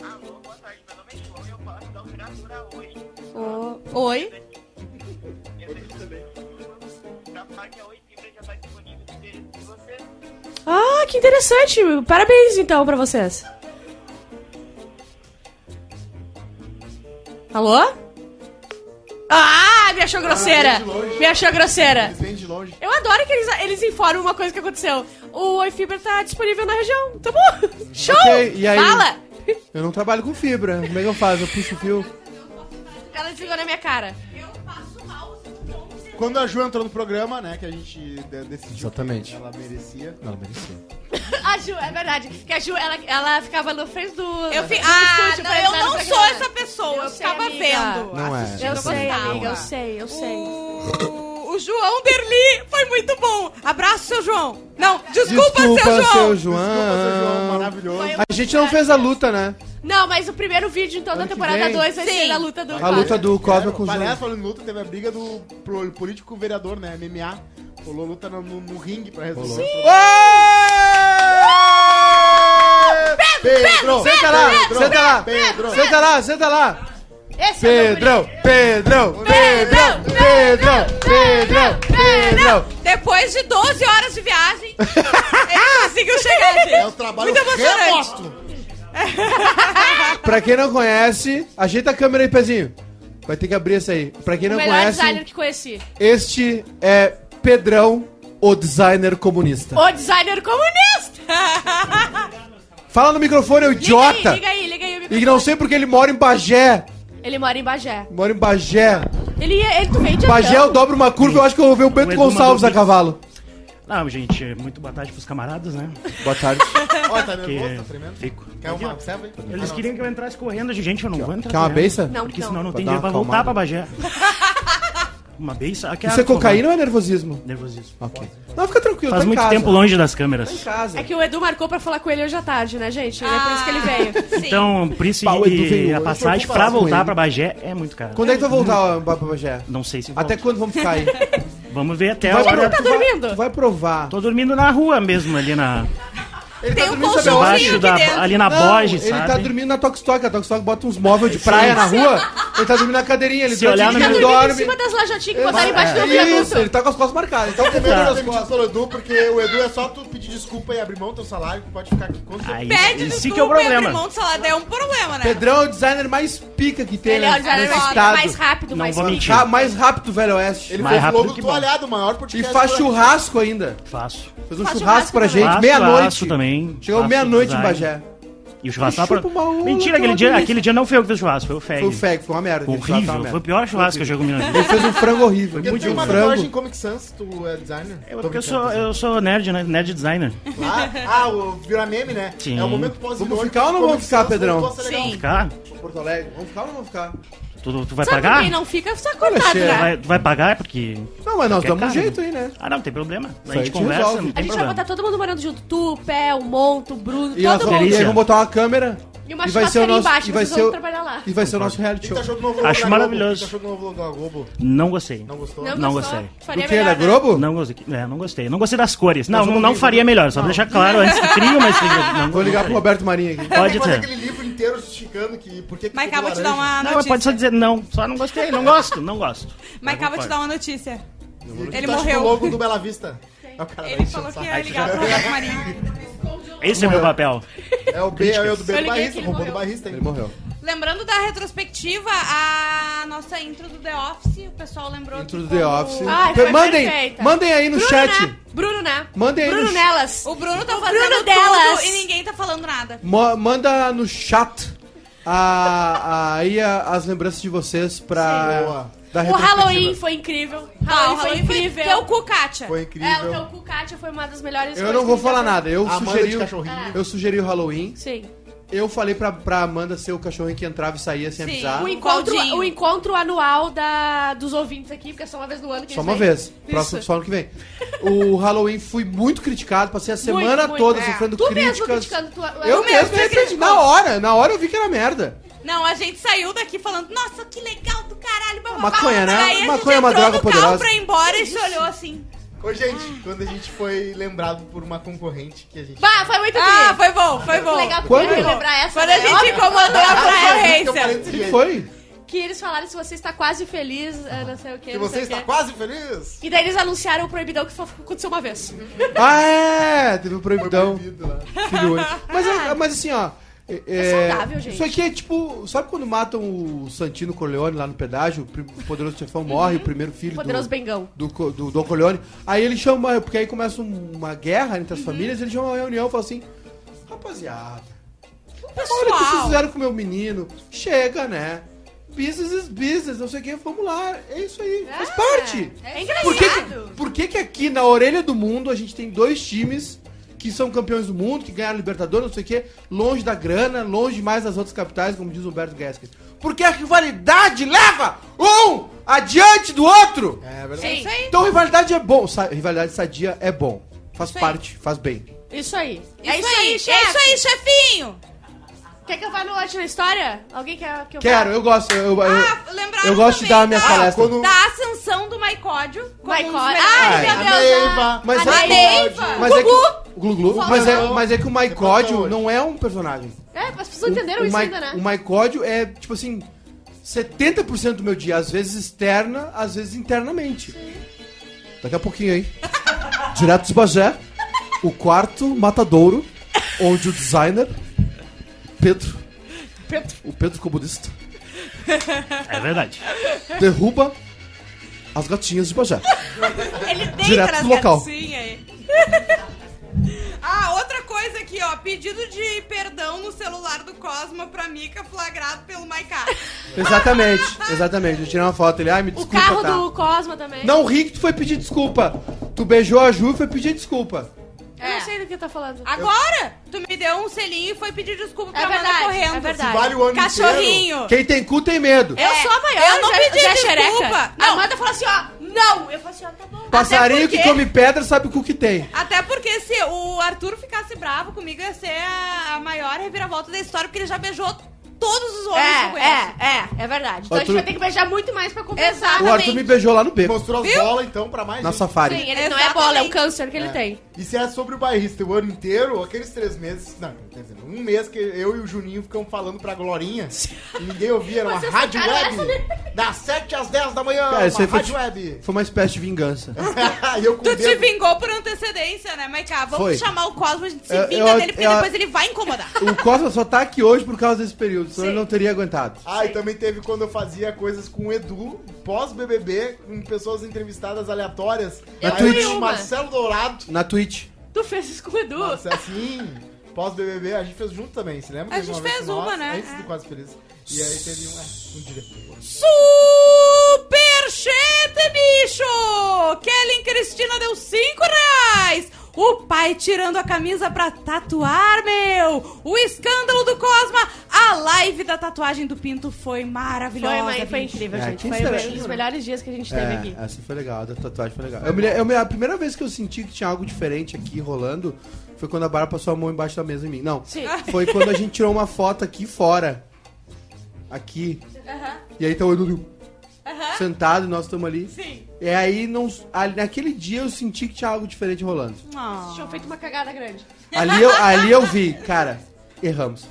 Speaker 6: Alô, boa tarde. Meu nome é João e eu posso dar assinatura hoje.
Speaker 3: O- Oi?
Speaker 6: Eu deixo também. Pra página 8 e já tá disponível no endereço de vocês.
Speaker 3: Ah, que interessante! Parabéns então pra vocês. Alô? Ah, me achou grosseira! Me achou grosseira!
Speaker 1: Eles vêm de longe.
Speaker 3: Eu adoro que eles, eles informam uma coisa que aconteceu. O Oi Fibra tá disponível na região. Tá bom? *laughs* Show!
Speaker 2: Ok, e aí?
Speaker 3: Fala!
Speaker 2: Eu não trabalho com fibra. Como é que eu faço? Eu puxo o fio.
Speaker 3: *laughs* Ela desligou na minha cara.
Speaker 1: Quando a Ju entrou no programa, né, que a gente de- decidiu
Speaker 2: Exatamente.
Speaker 1: que ela merecia.
Speaker 2: Não, é merecia.
Speaker 3: A Ju, é verdade. Que a Ju, ela, ela ficava no frente do...
Speaker 4: Eu fi...
Speaker 3: do
Speaker 4: Ah,
Speaker 3: estúdio
Speaker 4: não,
Speaker 3: pra
Speaker 4: eu
Speaker 3: entrar
Speaker 4: não
Speaker 3: no
Speaker 4: sou
Speaker 3: programa.
Speaker 4: essa pessoa. Eu,
Speaker 3: Eu sei,
Speaker 4: ficava
Speaker 3: amiga.
Speaker 4: vendo.
Speaker 2: Não é.
Speaker 4: assistindo,
Speaker 3: Eu sei,
Speaker 4: gostava.
Speaker 3: amiga, eu sei, eu sei.
Speaker 4: O... o João Derli foi muito bom. Abraço, seu João. Não, desculpa, seu João.
Speaker 2: seu
Speaker 1: Desculpa, seu João,
Speaker 2: João.
Speaker 1: maravilhoso.
Speaker 3: Foi-
Speaker 2: A gente não fez a luta, né?
Speaker 3: Não, mas o primeiro vídeo, então, da
Speaker 2: Ano que
Speaker 3: temporada
Speaker 2: vem.
Speaker 3: 2 vai ser
Speaker 4: Sim.
Speaker 3: da luta do...
Speaker 2: A luta do Cosma com o
Speaker 1: Aliás,
Speaker 2: Júnior.
Speaker 1: falando em luta, teve a briga do pro- político com o vereador, né, MMA. Rolou luta no, no- no ringue pra resolver. Pedro!
Speaker 2: Senta lá,
Speaker 1: Pedro,
Speaker 2: senta lá.
Speaker 1: Pedro!
Speaker 2: Senta lá, senta lá.
Speaker 3: Esse é o meu
Speaker 2: Pedrão, Pedrão, Pedrão, Pedrão, Pedrão, Pedrão.
Speaker 4: Depois de 12 horas de viagem, *laughs* ele conseguiu chegar aqui.
Speaker 1: É o trabalho
Speaker 4: Muito emocionante.
Speaker 1: remoto.
Speaker 2: Pra quem não conhece, ajeita a câmera aí, pezinho. Vai ter que abrir essa aí. Pra quem
Speaker 3: O
Speaker 2: não
Speaker 3: melhor designer
Speaker 2: conhece,
Speaker 3: que conheci.
Speaker 2: este é Pedrão, o designer comunista.
Speaker 3: O designer comunista!
Speaker 2: Fala no microfone, ô
Speaker 3: Liga aí,
Speaker 2: idiota.
Speaker 3: liga aí, liga aí o microfone.
Speaker 2: E não sei porque ele mora em Bagé.
Speaker 3: Ele mora em Bagé.
Speaker 2: Mora em Bagé.
Speaker 3: Ele, ia- ele tu vem de
Speaker 2: Bagé, é
Speaker 3: avião?
Speaker 2: eu dobro uma curva, eu acho que eu vou ver o Bento
Speaker 7: Um Edu
Speaker 2: Gonçalves a
Speaker 7: mandou-
Speaker 2: cavalo.
Speaker 7: Não, Ah, gente, muito boa tarde pros camaradas, né?
Speaker 2: Boa tarde.
Speaker 1: Ó, tá
Speaker 7: Que
Speaker 1: nervoso? Tá tremendo?
Speaker 7: fico.
Speaker 1: Quer uma serva aí?
Speaker 7: Eles
Speaker 1: Ah,
Speaker 7: queriam que eu entrasse correndo, eu disse, gente, eu não vou entrar.
Speaker 2: Quer uma
Speaker 7: correndo,
Speaker 2: beiça?
Speaker 3: Não,
Speaker 7: Porque
Speaker 3: não.
Speaker 7: senão eu não
Speaker 2: Pra
Speaker 7: tem
Speaker 2: dar
Speaker 7: dinheiro
Speaker 2: uma
Speaker 7: pra voltar pra
Speaker 2: acalmada.
Speaker 7: Bagé. *laughs* Uma beiça? Ah, quero,
Speaker 2: Isso é
Speaker 7: por favor.
Speaker 2: cocaína ou é nervosismo?
Speaker 7: Nervosismo.
Speaker 2: Ok. Não, fica tranquilo,
Speaker 7: Faz
Speaker 2: tá em
Speaker 7: muito
Speaker 2: casa.
Speaker 7: tempo né? longe das
Speaker 2: Tá em
Speaker 7: câmeras.
Speaker 2: casa.
Speaker 3: É que o Edu marcou pra falar com ele hoje à tarde, né, gente? É por isso que ele veio.
Speaker 4: Sim.
Speaker 7: Então, por isso
Speaker 2: Pau, Edu veio
Speaker 7: que
Speaker 2: hoje,
Speaker 7: a passagem
Speaker 2: eu vou falar
Speaker 7: pra
Speaker 2: com ele.
Speaker 7: voltar pra Bagé é muito cara.
Speaker 2: Quando é que tu vai voltar ó, pra pra Bagé?
Speaker 7: Não sei se
Speaker 2: Até
Speaker 7: volto.
Speaker 2: quando vamos ficar aí?
Speaker 7: Vamos ver até a
Speaker 2: Vai
Speaker 7: É hora.
Speaker 2: pro-
Speaker 3: tá
Speaker 2: tu vai-
Speaker 3: dormindo?
Speaker 2: tu Vai provar.
Speaker 7: Tô dormindo na rua mesmo, ali na...
Speaker 2: Ele tá
Speaker 4: Tem um
Speaker 2: dormindo, sabe
Speaker 4: colchãozinho.
Speaker 2: aonde?
Speaker 7: Embaixo da...
Speaker 4: dentro.
Speaker 7: Ali na
Speaker 2: Não,
Speaker 7: Borges,
Speaker 2: Ele
Speaker 7: sabe?
Speaker 2: tá dormindo na Tokstok. A Tokstok bota uns móveis de praia na rua. Ele tá dormindo na cadeirinha. Ele
Speaker 7: Se
Speaker 2: durante
Speaker 7: olhar
Speaker 2: o
Speaker 7: no
Speaker 2: dia
Speaker 3: Tá
Speaker 7: meu-
Speaker 2: ele
Speaker 3: dormindo
Speaker 2: dorme.
Speaker 3: em cima das lajes antigas e botaram embaixo do
Speaker 2: Isso, ele
Speaker 3: viaduto.
Speaker 2: tá com as costas marcadas. Ele tá com o
Speaker 1: Primeiro
Speaker 2: medo
Speaker 1: nós
Speaker 2: das
Speaker 1: pedimos
Speaker 2: costas.
Speaker 1: pelo Edu, porque o Edu é só tu pedir desculpa e abrir mão do teu salário, que pode ficar aqui com você.
Speaker 7: Aí,
Speaker 4: Pede
Speaker 7: esse
Speaker 4: desculpa
Speaker 7: que é o
Speaker 4: e abre mão
Speaker 7: problema.
Speaker 4: do salário. É um problema, né?
Speaker 2: Pedrão é o designer mais pica que tem
Speaker 3: Ele é o
Speaker 2: né,
Speaker 3: designer
Speaker 2: nesse
Speaker 3: mais,
Speaker 2: estado.
Speaker 3: mais rápido,
Speaker 7: Não
Speaker 3: mais
Speaker 7: vou
Speaker 3: pica.
Speaker 7: mentir.
Speaker 2: Ra- mais rápido, velho oeste.
Speaker 1: Ele
Speaker 7: Mais
Speaker 1: fez o
Speaker 7: rápido
Speaker 1: logo
Speaker 7: que
Speaker 1: do
Speaker 7: bom.
Speaker 1: olhado, o maior
Speaker 2: E
Speaker 1: podcast.
Speaker 2: faz
Speaker 1: do-
Speaker 2: churrasco ainda.
Speaker 7: Faço.
Speaker 2: Fez um churrasco
Speaker 3: Faz churrasco
Speaker 2: pra
Speaker 3: também.
Speaker 2: gente,
Speaker 7: Faço
Speaker 2: meia-noite.
Speaker 7: churrasco também.
Speaker 2: Chegou
Speaker 7: Faço
Speaker 2: meia-noite em
Speaker 7: design.
Speaker 2: Bagé.
Speaker 7: E o churrasco lá pra...
Speaker 2: Chupa uma rola,
Speaker 7: Mentira,
Speaker 2: uma
Speaker 7: aquele dia,
Speaker 2: delícia.
Speaker 7: aquele dia não foi eu que fiz o churrasco, foi o Feg.
Speaker 2: Foi o fag, foi uma merda. aquele churrasco foi
Speaker 7: É Horrível,
Speaker 2: uma
Speaker 7: foi o
Speaker 2: merda.
Speaker 7: pior churrasco que eu já comi
Speaker 2: *laughs*
Speaker 7: na vida.
Speaker 2: Ele fez um frango horrível.
Speaker 1: Porque tu
Speaker 2: Muito
Speaker 1: tem uma
Speaker 2: um
Speaker 1: tatuagem em
Speaker 2: frango.
Speaker 1: Comic Sans, tu é designer?
Speaker 7: É
Speaker 1: Tô
Speaker 7: porque eu
Speaker 1: brincando,
Speaker 7: sou, eu sou nerd, né? Nerd designer.
Speaker 1: Lá- Ah, o vira meme, né?
Speaker 7: Sim.
Speaker 1: É o momento pós
Speaker 2: Vamos ficar ou não vamos ficar, Pedrão?
Speaker 4: Sim.
Speaker 7: Ficar?
Speaker 2: Porto Alegre, vamos ficar ou não vamos ficar?
Speaker 7: "Ah, Tu, tu vai
Speaker 3: Sabe
Speaker 7: pagar?
Speaker 3: quem não fica, tá cortado,
Speaker 2: cheiro,
Speaker 7: Tu
Speaker 3: né?
Speaker 7: vai, tu vai pagar é porque.
Speaker 2: Não, mas nós
Speaker 7: Quer
Speaker 2: damos um
Speaker 7: carne?
Speaker 2: jeito aí, né?
Speaker 7: Ah, não, tem problema. A
Speaker 2: aí
Speaker 7: gente
Speaker 2: te
Speaker 7: conversa,
Speaker 2: resolve.
Speaker 7: não
Speaker 3: A gente
Speaker 7: tem
Speaker 3: vai
Speaker 7: problema.
Speaker 3: botar todo mundo morando junto. Tu, o Pé, o Monto, o Bruno,
Speaker 2: E, nós
Speaker 3: todo
Speaker 2: vamos, e aí
Speaker 3: mundo.
Speaker 7: Delícia.
Speaker 2: vamos botar uma câmera.
Speaker 3: E uma
Speaker 2: e vai ser o
Speaker 3: churrascaria
Speaker 2: nosso,
Speaker 3: embaixo,
Speaker 2: e vai
Speaker 3: vocês
Speaker 2: ser
Speaker 3: vão
Speaker 2: o,
Speaker 3: trabalhar lá. Então,
Speaker 2: E vai ser o nosso reality show.
Speaker 1: achou do tá novo logo
Speaker 7: Acho
Speaker 1: da
Speaker 7: maravilhoso.
Speaker 1: Globo? O que tu achou do novo logo da Globo?
Speaker 7: Não gostei.
Speaker 1: Não gostou?
Speaker 3: Não,
Speaker 7: Não
Speaker 3: gostou?
Speaker 7: gostei.
Speaker 3: Faria
Speaker 2: o que, da
Speaker 3: melhor, né?
Speaker 2: Globo?
Speaker 7: Não gostei. É, não gostei. Não gostei das cores. Não,
Speaker 1: Mas
Speaker 7: não,
Speaker 1: eu
Speaker 7: não
Speaker 1: vi, né?
Speaker 7: faria melhor. Só pra
Speaker 1: Não.
Speaker 7: deixar claro antes que cria
Speaker 3: *laughs*
Speaker 7: uma estrela. Não,
Speaker 2: Vou ligar pro
Speaker 7: não faria.
Speaker 2: Roberto Marinho aqui.
Speaker 4: Tá
Speaker 1: Tem
Speaker 7: Pode
Speaker 1: que fazer
Speaker 7: ter.
Speaker 1: aquele livro inteiro justificando que por que que
Speaker 4: Maiká,
Speaker 1: ficou
Speaker 4: vou te dar
Speaker 1: laranja.
Speaker 4: uma
Speaker 7: Não, mas
Speaker 4: notícia.
Speaker 7: pode só dizer não. Só não gostei. Não gosto. Não gosto.
Speaker 4: Maiká, vou
Speaker 7: Mas
Speaker 4: te
Speaker 7: não
Speaker 4: dar uma notícia.
Speaker 1: tipo O que
Speaker 4: Ele
Speaker 1: tu acha
Speaker 4: morreu.
Speaker 1: do logo do Bela Vista. É o cara
Speaker 4: Ele
Speaker 1: vai
Speaker 4: falou
Speaker 1: encher o
Speaker 4: que ia
Speaker 7: Aí tu
Speaker 4: ligar
Speaker 7: já-
Speaker 4: pro Roberto Marinho.
Speaker 3: um
Speaker 7: pode. Esse é meu papel.
Speaker 1: saco. É o B, é o do B
Speaker 3: Eu
Speaker 1: do
Speaker 3: liguei que
Speaker 1: barrista,
Speaker 3: ele
Speaker 1: roubou do
Speaker 3: morreu.
Speaker 1: barrista. hein?
Speaker 2: Ele morreu.
Speaker 4: Lembrando da retrospectiva, a nossa intro do The Office, o pessoal lembrou
Speaker 2: Intro
Speaker 4: que
Speaker 2: do
Speaker 4: como
Speaker 2: The Office.
Speaker 3: Ai,
Speaker 2: Pe-
Speaker 3: foi
Speaker 2: mandem,
Speaker 3: perfeita.
Speaker 2: mandem aí no
Speaker 3: Bruno,
Speaker 2: chat.
Speaker 3: né? Bruno, né?
Speaker 2: Mandem aí
Speaker 3: Bruno
Speaker 2: no-
Speaker 3: nelas.
Speaker 4: O Bruno tá
Speaker 3: Bruno
Speaker 4: fazendo tudo
Speaker 3: delas.
Speaker 4: e ninguém tá falando nada.
Speaker 2: Mo- manda no chat a- a- aí a- as lembranças de vocês pra.
Speaker 1: Boa.
Speaker 2: Da
Speaker 3: O
Speaker 2: retrospectiva.
Speaker 3: Halloween foi incrível.
Speaker 4: Ah,
Speaker 3: Halloween foi incrível.
Speaker 4: Teu cu, Kátia.
Speaker 1: Foi
Speaker 3: É, um o
Speaker 1: incrível.
Speaker 3: teu cu, Kátia, foi uma das melhores
Speaker 2: Eu
Speaker 3: coisas
Speaker 2: não vou
Speaker 3: que
Speaker 2: falar
Speaker 3: já-
Speaker 2: nada. Eu
Speaker 1: A Amanda
Speaker 2: sugeri,
Speaker 1: de
Speaker 2: o-
Speaker 1: cachorrinho.
Speaker 3: É.
Speaker 2: eu sugeri o Halloween.
Speaker 3: Sim.
Speaker 2: Eu falei pra, pra Amanda ser o cachorrinho que entrava e saía sem
Speaker 4: Sim.
Speaker 2: avisar.
Speaker 3: O encontro,
Speaker 4: Claudinho.
Speaker 3: o encontro anual da, dos ouvintes aqui, porque é só uma vez no ano que
Speaker 2: Só
Speaker 3: eles
Speaker 2: uma
Speaker 3: vêm.
Speaker 2: vez. Próximo, só ano que vem. O Halloween fui muito criticado. Passei a semana
Speaker 3: muito,
Speaker 2: toda
Speaker 4: é.
Speaker 2: sofrendo
Speaker 3: Tu mesmo
Speaker 2: críticas.
Speaker 3: criticando tua.
Speaker 2: eu
Speaker 3: tu
Speaker 2: mesmo,
Speaker 3: te
Speaker 2: me arrependi.
Speaker 3: criticou.
Speaker 2: Na hora, na hora eu vi que era merda.
Speaker 4: Não, a gente saiu daqui falando, nossa, que legal do caralho, bababá.
Speaker 2: Maconha, né?
Speaker 4: Daí a
Speaker 2: Maconha é
Speaker 4: gente
Speaker 2: uma
Speaker 4: entrou
Speaker 2: droga
Speaker 4: no
Speaker 2: poderosa.
Speaker 4: carro pra ir embora e se olhou assim.
Speaker 1: Ô, gente, quando a gente foi lembrado por uma concorrente que a gente.
Speaker 3: Bah, foi muito
Speaker 4: Ah,
Speaker 3: ah,
Speaker 4: foi bom, foi bom.
Speaker 3: legal que
Speaker 2: Quando?
Speaker 3: eu ia lembrar essa.
Speaker 4: Quando
Speaker 3: né?
Speaker 4: a gente
Speaker 3: Óbvio.
Speaker 4: incomodou a
Speaker 3: é.
Speaker 4: concorrência.
Speaker 2: O que foi?
Speaker 3: Que eles falaram se você está quase feliz, ah, não sei o que.
Speaker 1: Que você está quase feliz?
Speaker 3: E daí eles anunciaram o proibidão que só aconteceu uma vez.
Speaker 2: Ah, é! Teve um
Speaker 1: Foi
Speaker 2: proibidão.
Speaker 1: proibido lá.
Speaker 2: Filho único. Mas, é- mas assim, ó. É,
Speaker 3: Ah. saudável, gente.
Speaker 2: Isso aqui é tipo. Sabe quando matam o Santino Corleone lá no pedágio? O prim- o poderoso chefão morre, o primeiro filho
Speaker 3: Poderoso
Speaker 2: do,
Speaker 3: Bengão.
Speaker 2: do, co- do Don Corleone. Aí ele chama, porque aí começa um- uma guerra entre as famílias, ele chama uma reunião e fala assim: Rapaziada, olha o que vocês
Speaker 4: Pessoal.
Speaker 2: fizeram com o meu menino. Chega, né? Business is business, não sei o que, vamos lá. É isso aí, faz parte.
Speaker 3: É
Speaker 2: Por que, que-
Speaker 3: engraçado.
Speaker 2: por que que aqui na orelha do mundo a gente tem dois times que são campeões do mundo, que ganharam Libertadores, não sei o quê, longe da grana, longe mais das outras capitais, como diz Humberto Gessler? Porque a rivalidade leva um adiante do outro!
Speaker 1: É
Speaker 4: É
Speaker 1: verdade.
Speaker 4: isso aí.
Speaker 2: Então rivalidade é bom, sa- rivalidade sadia é bom. Faz
Speaker 4: Isso aí.
Speaker 2: parte, faz bem.
Speaker 3: Isso aí.
Speaker 4: É isso aí, é isso aí, chefinho.
Speaker 3: Quer que eu vá no Ótimo na História? Alguém quer que eu vá?
Speaker 2: Quero, eu gosto, eu, eu,
Speaker 4: Ah, lembraram
Speaker 2: eu gosto de
Speaker 4: também
Speaker 2: dar a minha
Speaker 4: da-
Speaker 2: palestra.
Speaker 1: quando-
Speaker 4: Da ascensão do Maicódio. como um dos
Speaker 3: Maicódio.
Speaker 4: melhores.
Speaker 2: Ai,
Speaker 4: Ai,
Speaker 1: a
Speaker 4: meu
Speaker 3: ah.
Speaker 4: Deus.
Speaker 1: Neiva.
Speaker 2: Mas
Speaker 4: A
Speaker 2: é,
Speaker 4: Neiva.
Speaker 2: mas é que, Glu Glu.
Speaker 1: Falta
Speaker 2: Mas, é,
Speaker 1: hoje.
Speaker 2: mas é que o
Speaker 1: Falta
Speaker 2: Maicódio
Speaker 1: hoje.
Speaker 2: não é um personagem.
Speaker 3: É, as pessoas entenderam
Speaker 2: o,
Speaker 3: isso
Speaker 2: Ma-
Speaker 3: ainda, né?
Speaker 2: O Maicódio é, tipo assim, 70% do meu dia. Às vezes externa, às vezes internamente. Daqui a pouquinho,
Speaker 3: *laughs*
Speaker 2: hein? Direto de Bagé, o quarto matadouro, onde o designer, Pedro,
Speaker 3: Pedro.
Speaker 2: o Pedro Comunista,
Speaker 7: É verdade.
Speaker 2: derruba as gatinhas de Bagé.
Speaker 4: Ele deita
Speaker 2: Direto
Speaker 4: nas
Speaker 2: do local.
Speaker 4: calcinhas aí. é. *laughs* ah, outra coisa aqui, ó. Pedido de perdão no celular do Cosma pra Mica flagrado
Speaker 2: *laughs*
Speaker 4: pelo Maiká.
Speaker 2: Exatamente, exatamente. Eu tirei uma foto, ele, ai, me
Speaker 3: O
Speaker 2: desculpa,
Speaker 3: carro
Speaker 2: tá?
Speaker 3: do Cosma também.
Speaker 2: Não ri que tu foi pedir desculpa. Tu beijou a Ju e foi pedir desculpa.
Speaker 3: Eu não sei do que tá falando.
Speaker 4: Agora, tu me deu um selinho e foi pedir desculpa pra
Speaker 3: É
Speaker 4: Amanda
Speaker 3: verdade,
Speaker 4: correndo.
Speaker 3: é verdade.
Speaker 1: Vale o ano inteiro.
Speaker 4: Cachorrinho.
Speaker 2: Quem tem cu tem medo.
Speaker 3: Eu
Speaker 4: É,
Speaker 3: sou a maior,
Speaker 4: eu não
Speaker 3: Zé-
Speaker 4: pedi
Speaker 3: Zé
Speaker 4: desculpa.
Speaker 3: Xereca.
Speaker 4: Não.
Speaker 3: A Amanda falou assim, ó, não. Eu falei assim, ó, tá bom.
Speaker 2: Passarinho
Speaker 4: porque-
Speaker 2: que come pedra sabe o cu que tem.
Speaker 4: Até porque se o Arthur ficasse bravo comigo, ia ser a a maior reviravolta da história, porque ele já beijou todos os homens que eu
Speaker 3: É,
Speaker 4: conheço.
Speaker 3: é, é, é verdade. Então a
Speaker 2: Arthur-
Speaker 3: gente vai ter que beijar muito mais pra compensar.
Speaker 2: O Arthur me beijou lá no beco,
Speaker 1: Mostrou as
Speaker 4: Viu?
Speaker 1: bolas então pra mais
Speaker 2: na
Speaker 1: gente.
Speaker 2: safari.
Speaker 3: Sim, ele não é bola, é o
Speaker 4: Exatamente.
Speaker 3: câncer que ele tem.
Speaker 1: E se é sobre o bairrista o ano inteiro, aqueles três meses. Não, quer dizer, um mês que eu e o Juninho ficamos falando pra Glorinha. e ninguém ouvia, era uma
Speaker 3: Vocês
Speaker 1: rádio
Speaker 3: ficaram
Speaker 1: web. Das 7 às 10 da manhã,
Speaker 2: Cara, isso
Speaker 1: uma
Speaker 2: aí foi,
Speaker 1: rádio web. *laughs*
Speaker 2: foi uma espécie de vingança.
Speaker 1: e eu com
Speaker 4: Tu
Speaker 1: o
Speaker 4: te
Speaker 1: dedo.
Speaker 4: vingou por antecedência, né, Maiká? Vamos
Speaker 2: Foi.
Speaker 4: chamar o Cosmo, a gente se
Speaker 2: Eu-
Speaker 4: vinga
Speaker 2: eu-
Speaker 4: dele, porque
Speaker 2: eu-
Speaker 4: depois ele vai incomodar.
Speaker 2: O Cosma só tá aqui hoje por causa desse período, senão
Speaker 3: Sim.
Speaker 2: ele não teria aguentado.
Speaker 1: Ah, e também teve quando eu fazia coisas com o Edu, pós-BBB, com pessoas entrevistadas aleatórias.
Speaker 2: Na
Speaker 1: Aí
Speaker 2: Twitch.
Speaker 1: eu tinha o Marcelo Dourado. assim,
Speaker 2: Na Twitch.
Speaker 3: Tu fez isso com o Edu.
Speaker 1: Marcelo, sim. Pós-BBB, a gente fez junto também, se lembra?
Speaker 4: A
Speaker 1: Teve
Speaker 4: gente
Speaker 1: vez
Speaker 4: fez
Speaker 1: com nós,
Speaker 4: uma, né?
Speaker 1: Antes
Speaker 4: É.
Speaker 1: do Quase Feliz. E aí teve um, é, um diretor.
Speaker 4: Superchete, bicho! Kellen Cristina deu 5 reais! O pai tirando a camisa pra tatuar, meu! O escândalo do Cosma! A live da tatuagem do Pinto foi maravilhosa,
Speaker 3: Foi, mas foi
Speaker 4: bicho.
Speaker 3: incrível,
Speaker 2: É,
Speaker 3: gente.
Speaker 2: quem
Speaker 3: Foi
Speaker 2: será?
Speaker 3: um dos melhores dias que a gente teve
Speaker 2: É,
Speaker 3: aqui.
Speaker 2: essa foi legal, a da tatuagem foi legal. Eu me le- eu me- a primeira vez que eu senti que tinha algo diferente aqui rolando foi quando a Bara passou a mão embaixo da mesa em mim. Não,
Speaker 3: Sim.
Speaker 2: foi quando a gente tirou uma foto aqui fora. Aqui. E aí tá o Edu sentado e nós estamos ali.
Speaker 4: Sim.
Speaker 2: E aí, não, ali- naquele dia eu senti que tinha algo diferente rolando.
Speaker 4: Ah.
Speaker 3: Tinham feito uma cagada grande.
Speaker 2: Ali eu, ali eu vi, cara, erramos.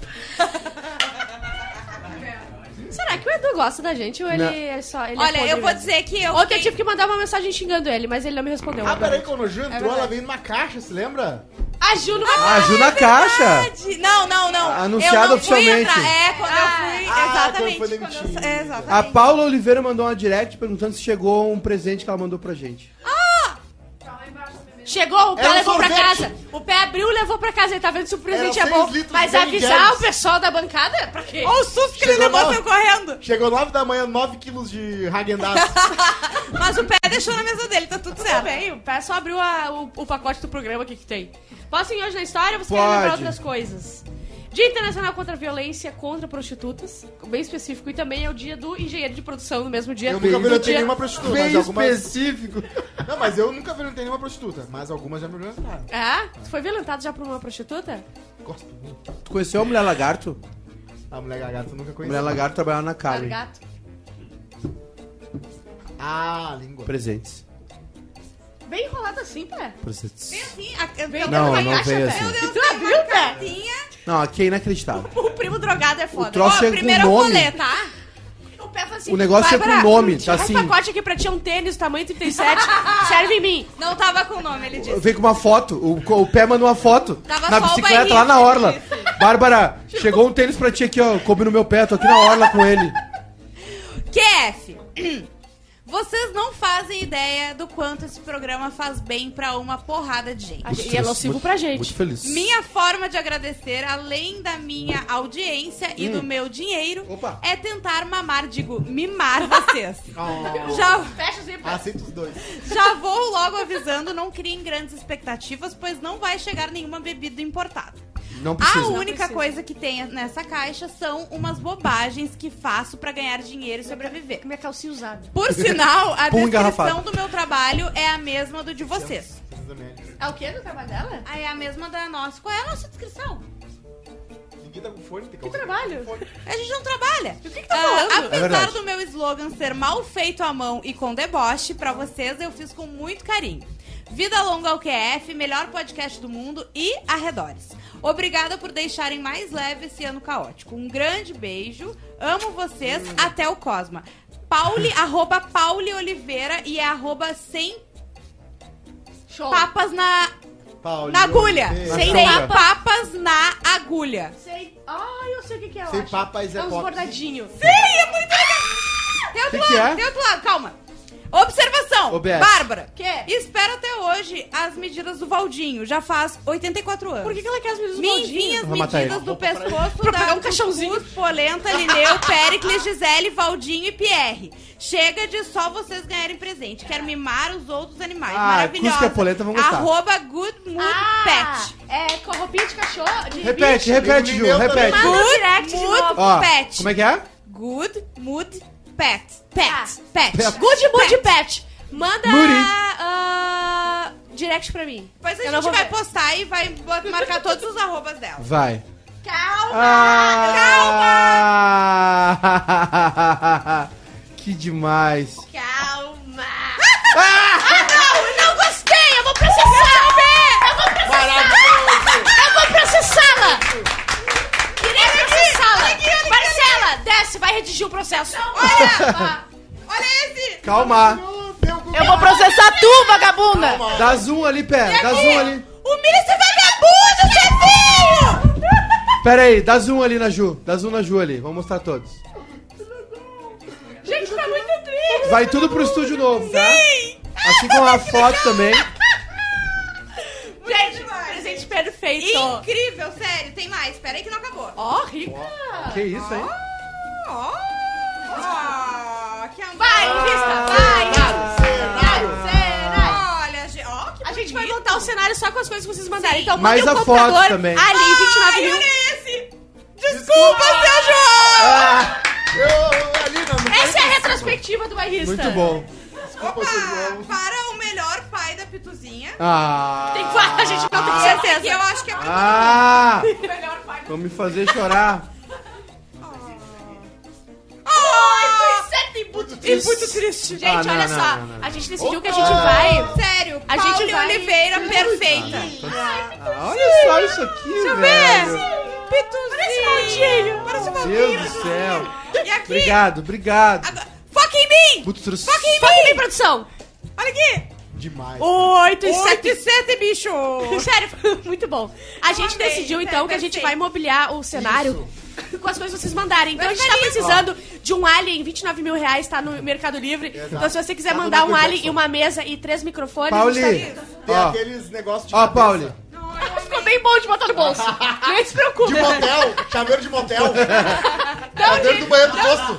Speaker 3: Será que o Edu gosta da gente ou ele
Speaker 2: Não.
Speaker 3: é só. Ele é
Speaker 4: Olha, eu
Speaker 3: podre
Speaker 4: vou
Speaker 3: mesmo?
Speaker 4: dizer que eu.
Speaker 3: Ontem eu
Speaker 4: fiquei-
Speaker 3: tive que mandar uma mensagem xingando ele, mas ele não me respondeu.
Speaker 1: Ah, peraí, quando a Ju entrou,
Speaker 3: verdade.
Speaker 1: ela veio numa caixa, se lembra?
Speaker 3: A Ju não vai
Speaker 2: Ah, Ju na caixa!
Speaker 4: é Verdade. Não, não, não.
Speaker 2: Anunciado
Speaker 4: eu não
Speaker 2: oficialmente.
Speaker 4: Fui entrar. É, quando eu fui.
Speaker 1: Ah,
Speaker 4: exatamente.
Speaker 1: quando foi
Speaker 4: quando eu-
Speaker 1: demitido.
Speaker 4: é,
Speaker 2: A
Speaker 4: exatamente.
Speaker 2: Paula Oliveira mandou uma direct perguntando se chegou um presente que ela mandou pra gente.
Speaker 3: Chegou, o pé
Speaker 1: Era um
Speaker 3: levou pra
Speaker 1: sorvete.
Speaker 3: casa. O pé abriu e levou pra casa. Ele tá vendo se o presente
Speaker 1: Era
Speaker 3: é bom.
Speaker 1: seis litros
Speaker 3: Mas
Speaker 1: de Ben
Speaker 3: avisar
Speaker 1: Jerry's.
Speaker 3: o pessoal da bancada? Pra quê?
Speaker 4: Olha o susto que ele
Speaker 1: Chegou
Speaker 4: levou
Speaker 1: lá.
Speaker 4: saiu correndo.
Speaker 1: Chegou 9 da manhã, 9 quilos de Hagendaz.
Speaker 4: Mas o pé deixou na mesa dele, tá tudo
Speaker 3: Tudo
Speaker 4: certo.
Speaker 3: bem, o pé só abriu a- o, o pacote do programa aqui que tem. Posso ir hoje na história ou você quer
Speaker 2: Pode.
Speaker 3: lembrar outras coisas? Dia Internacional contra a Violência contra Prostitutas, bem específico, e também é o dia do engenheiro de produção no mesmo dia.
Speaker 1: Eu nunca
Speaker 3: do
Speaker 1: violentei
Speaker 3: dia...
Speaker 1: nenhuma prostituta, mas
Speaker 2: Bem
Speaker 1: algumas.
Speaker 2: específico.
Speaker 1: Não, mas eu nunca violentei nenhuma prostituta, mas algumas já me violentaram.
Speaker 3: Ah, tu foi violentado já por uma prostituta?
Speaker 1: Gosto muito.
Speaker 2: Tu conheceu a mulher lagarto?
Speaker 1: A "Ah, mulher gagata eu nunca
Speaker 2: A
Speaker 1: conheci.
Speaker 2: mulher lagarto trabalhava na Cali.
Speaker 3: Largato.
Speaker 1: Ah, língua.
Speaker 2: Presentes.
Speaker 3: Bem enrolado assim, pé.
Speaker 2: Presentes.
Speaker 4: Sim, a- eu-
Speaker 3: Bem
Speaker 4: eu-
Speaker 2: Não,
Speaker 3: dentro da
Speaker 2: não
Speaker 3: caixa,
Speaker 2: veio
Speaker 3: pé.
Speaker 2: assim.
Speaker 3: E tu abriu, pé?
Speaker 4: Tinha
Speaker 2: Não, aqui é inacreditável.
Speaker 4: o primo drogado é foda.
Speaker 2: O troço é com
Speaker 4: primeiro eu
Speaker 2: nome.
Speaker 4: vou ler, tá?
Speaker 3: O pé fala assim,
Speaker 2: O negócio é com
Speaker 3: Bárbara,
Speaker 2: nome, tá
Speaker 3: tira
Speaker 2: assim.
Speaker 3: Um pacote aqui pra ti é um tênis, tamanho
Speaker 2: *laughs*
Speaker 3: 37, serve em mim.
Speaker 4: Não tava com o nome, ele disse.
Speaker 2: Vem com uma foto, o, co- o pé mandou uma foto
Speaker 4: Tava
Speaker 2: na
Speaker 4: só o assim,
Speaker 2: bicicleta lá
Speaker 4: bairrista,
Speaker 2: na orla.
Speaker 4: ele
Speaker 2: Bárbara, chegou um tênis pra ti aqui, ó. Coube no meu pé, tô aqui na orla com ele.
Speaker 4: QF. *clears throat* Vocês não fazem ideia do quanto esse programa faz bem pra uma porrada de gente.
Speaker 3: E é nocivo pra gente.
Speaker 2: Muito feliz.
Speaker 4: Minha forma de agradecer, além da minha audiência e do meu dinheiro,
Speaker 2: Hum. Opa.
Speaker 4: é tentar mamar, digo, mimar vocês. Já,
Speaker 3: Fecha assim, os livros.
Speaker 1: Aceito Ah, os dois.
Speaker 4: já vou logo avisando, não criem grandes expectativas, pois não vai chegar nenhuma bebida importada.
Speaker 2: Não
Speaker 4: A
Speaker 2: precisa.
Speaker 4: única
Speaker 3: precisa.
Speaker 4: coisa que tem nessa caixa são umas bobagens que faço pra ganhar dinheiro e sobreviver.
Speaker 3: Minha calcinha usada.
Speaker 4: Por sinal, a
Speaker 2: *laughs* Pum
Speaker 4: descrição
Speaker 2: engarrafado.
Speaker 4: do meu trabalho é a mesma do de vocês.
Speaker 1: Vocês também.
Speaker 3: É o quê do trabalho dela?
Speaker 4: Ah, É a mesma da nossa. Qual é a nossa descrição?
Speaker 1: Ninguém tá com fone, tem
Speaker 3: Que trabalho?
Speaker 4: A gente não trabalha.
Speaker 3: E o que que tá
Speaker 4: Ah,
Speaker 3: falando?
Speaker 2: É
Speaker 4: apesar
Speaker 2: verdade.
Speaker 4: do meu slogan ser mal feito à mão e com deboche, pra vocês eu fiz com muito carinho. Vida longa ao QF, melhor podcast do mundo e arredores. Obrigada por deixarem mais leve esse ano caótico. Um grande beijo. Amo vocês.
Speaker 2: Hum.
Speaker 4: Até o Cosma.
Speaker 2: *laughs*
Speaker 4: Pauli, arroba Pauli Oliveira e é arroba sem
Speaker 3: Show.
Speaker 4: papas na
Speaker 1: Paulo,
Speaker 4: Na agulha.
Speaker 1: Sem,
Speaker 4: Sem
Speaker 2: Na
Speaker 4: papas na agulha.
Speaker 3: Sei. Ah, eu sei o que, que é, eu
Speaker 1: sem
Speaker 3: acho.
Speaker 1: papas é
Speaker 3: É uns
Speaker 1: pop.
Speaker 3: bordadinhos.
Speaker 4: tá
Speaker 2: tá Que que
Speaker 4: Tem outro lado,
Speaker 2: é?
Speaker 4: tem outro lado, calma. Observação.
Speaker 2: OBS.
Speaker 4: Bárbara.
Speaker 3: Quê?
Speaker 4: Espero até hoje as medidas do Valdinho. Já faz 84 anos.
Speaker 3: Por que, que ela quer as medidas do
Speaker 4: Me enviem
Speaker 3: baldinho?
Speaker 4: as
Speaker 2: Vou matar
Speaker 4: medidas
Speaker 2: ele.
Speaker 4: do pescoço
Speaker 3: Pra
Speaker 4: da
Speaker 3: pegar um caixãozinho.
Speaker 4: Cuscuz, Polenta,
Speaker 2: *laughs*
Speaker 4: Lineu, Pericles, Gisele, Valdinho e Pierre. Chega de só vocês ganharem presente. Quero mimar os outros animais.
Speaker 2: Ah,
Speaker 4: Maravilhosa.
Speaker 2: Cusca e Polenta vão gostar.
Speaker 4: Arroba Good Mood
Speaker 3: Ah,
Speaker 4: Pet.
Speaker 3: é com roupinha de cachorro. De
Speaker 2: Repete,
Speaker 3: bicho.
Speaker 2: repete, Ju,
Speaker 1: Meu também.
Speaker 2: repete.
Speaker 3: Manda no direct de
Speaker 4: Mood
Speaker 3: novo.
Speaker 2: Ó,
Speaker 4: Pet.
Speaker 2: como é que é?
Speaker 4: Good Mood Pet. Pet.
Speaker 3: Ah.
Speaker 4: Pet.
Speaker 2: Pet.
Speaker 3: Good Mood Pet. Manda
Speaker 2: Muri.
Speaker 3: ah, direct pra mim.
Speaker 4: Depois a
Speaker 3: Eu não
Speaker 4: gente
Speaker 3: vou
Speaker 4: vai
Speaker 3: ver.
Speaker 4: postar e vai bot- marcar todos os arrobas
Speaker 2: *laughs*
Speaker 4: dela.
Speaker 2: Vai.
Speaker 3: Calma. Ah,
Speaker 2: Ah, calma! *laughs* Que demais.
Speaker 3: Calma. Ah, não, não gostei. Eu vou processar. Eu vou processar. Eu vou processá-la. Irei processá-la. Marcela, desce. Vai redigir o processo. Olha.
Speaker 4: Olha esse!
Speaker 2: Calma.
Speaker 8: Eu vou processar tu, vagabunda!
Speaker 2: Dá zoom um ali, pé. Dá zoom ali.
Speaker 4: Humilha esse vagabundo, Zefinho!
Speaker 2: Pera aí, dá zoom ali na Ju. Dá zoom na Ju ali. Vamos mostrar todos.
Speaker 3: Gente, tá muito triste.
Speaker 2: Vai tudo pro estúdio novo, tá? Assim como a foto também.
Speaker 3: Gente, presente perfeito.
Speaker 4: Incrível, sério, tem mais. Pera aí que não acabou. Ó,
Speaker 3: Ó, rica.
Speaker 2: Que isso, hein?
Speaker 4: ó, ó, que
Speaker 2: Ah, é
Speaker 4: amor.
Speaker 3: Vai, revista. Vai,
Speaker 1: Cenário.
Speaker 3: Vai, Cenário.
Speaker 4: Olha, ge- ó, que
Speaker 3: A gente vai
Speaker 4: bonito.
Speaker 3: montar o cenário só com as coisas que vocês mandarem. Então
Speaker 2: Mais
Speaker 3: mandem o
Speaker 2: a foto
Speaker 3: computador
Speaker 2: também.
Speaker 3: ali, 29
Speaker 4: Ai,
Speaker 3: mil.
Speaker 4: olha esse! Desculpa, seu João!
Speaker 2: Ah,
Speaker 1: Eu, eu, ali, não, não
Speaker 3: Essa é
Speaker 1: quero-
Speaker 3: a retrospectiva do bairrista.
Speaker 2: muito bom.
Speaker 1: Desculpa, seu João.
Speaker 4: Para o melhor pai da Pituzinha.
Speaker 2: Ah.
Speaker 3: Tem que falar, a gente não tem
Speaker 4: Com certeza.
Speaker 3: certeza.
Speaker 4: Que eu acho que é muito
Speaker 2: Ah!
Speaker 4: melhor pai do
Speaker 2: Vão me fazer chorar.
Speaker 3: Ai, tô certo e muito triste.
Speaker 2: muito
Speaker 3: triste. Gente,
Speaker 2: Ah, não,
Speaker 3: olha
Speaker 2: não,
Speaker 3: só.
Speaker 2: não, não.
Speaker 3: A gente decidiu que a gente vai...
Speaker 4: Sério,
Speaker 3: A
Speaker 4: a
Speaker 3: gente
Speaker 4: gente
Speaker 3: vai-
Speaker 4: Oliveira perfeita.
Speaker 2: Ah, olha só isso aqui, velho.
Speaker 4: Pituzinho. Parece um maldinho. Parece um
Speaker 2: Meu Deus do céu.
Speaker 4: E aqui,
Speaker 2: Obrigado, obrigado.
Speaker 4: agora- foca em mim.
Speaker 2: Muito trus-
Speaker 3: Foca em mim, produção.
Speaker 4: Olha aqui.
Speaker 1: Demais.
Speaker 3: 8 e 7.
Speaker 4: 8 e 7, bicho.
Speaker 3: Sério, *laughs* muito bom. A gente
Speaker 4: Amei.
Speaker 3: decidiu,
Speaker 4: É,
Speaker 3: então, que a gente
Speaker 4: perfeito.
Speaker 3: vai mobiliar o cenário com as coisas que vocês mandarem. Então a gente tá precisando de um alien, 29 mil reais, tá no Mercado Livre. Então se você quiser
Speaker 1: Tá no
Speaker 3: mandar um
Speaker 1: Michael
Speaker 3: alien
Speaker 1: Jackson.
Speaker 3: e uma mesa e três microfones, a gente
Speaker 2: Pauli,
Speaker 1: Tem
Speaker 2: ó,
Speaker 1: aqueles negócios de.
Speaker 2: ó,
Speaker 1: cabeça.
Speaker 2: Pauli,
Speaker 3: tá... ficou bem bom de botar no bolso. Nem se preocupe. um
Speaker 1: De motel, chaveiro de motel. chaveiro do banheiro do posto.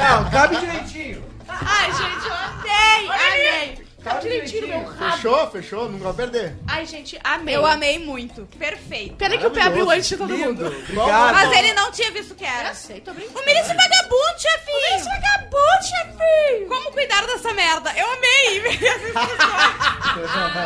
Speaker 2: não, cabe direitinho.
Speaker 3: Ai, gente, eu amei! Amei! Tá direitinho no meu rabo.
Speaker 1: Fechou, fechou, não vai perder.
Speaker 3: Ai, gente, amei.
Speaker 4: Eu amei muito. Perfeito.
Speaker 3: Pena que o pé abriu antes de todo mundo.
Speaker 2: Obrigado.
Speaker 4: Mas ele não tinha visto que era.
Speaker 3: Eu sei, tô brincando.
Speaker 4: O Milício vagabundo, chefinho! O Milício vagabundo, chefinho! Como cuidar dessa merda? Eu amei!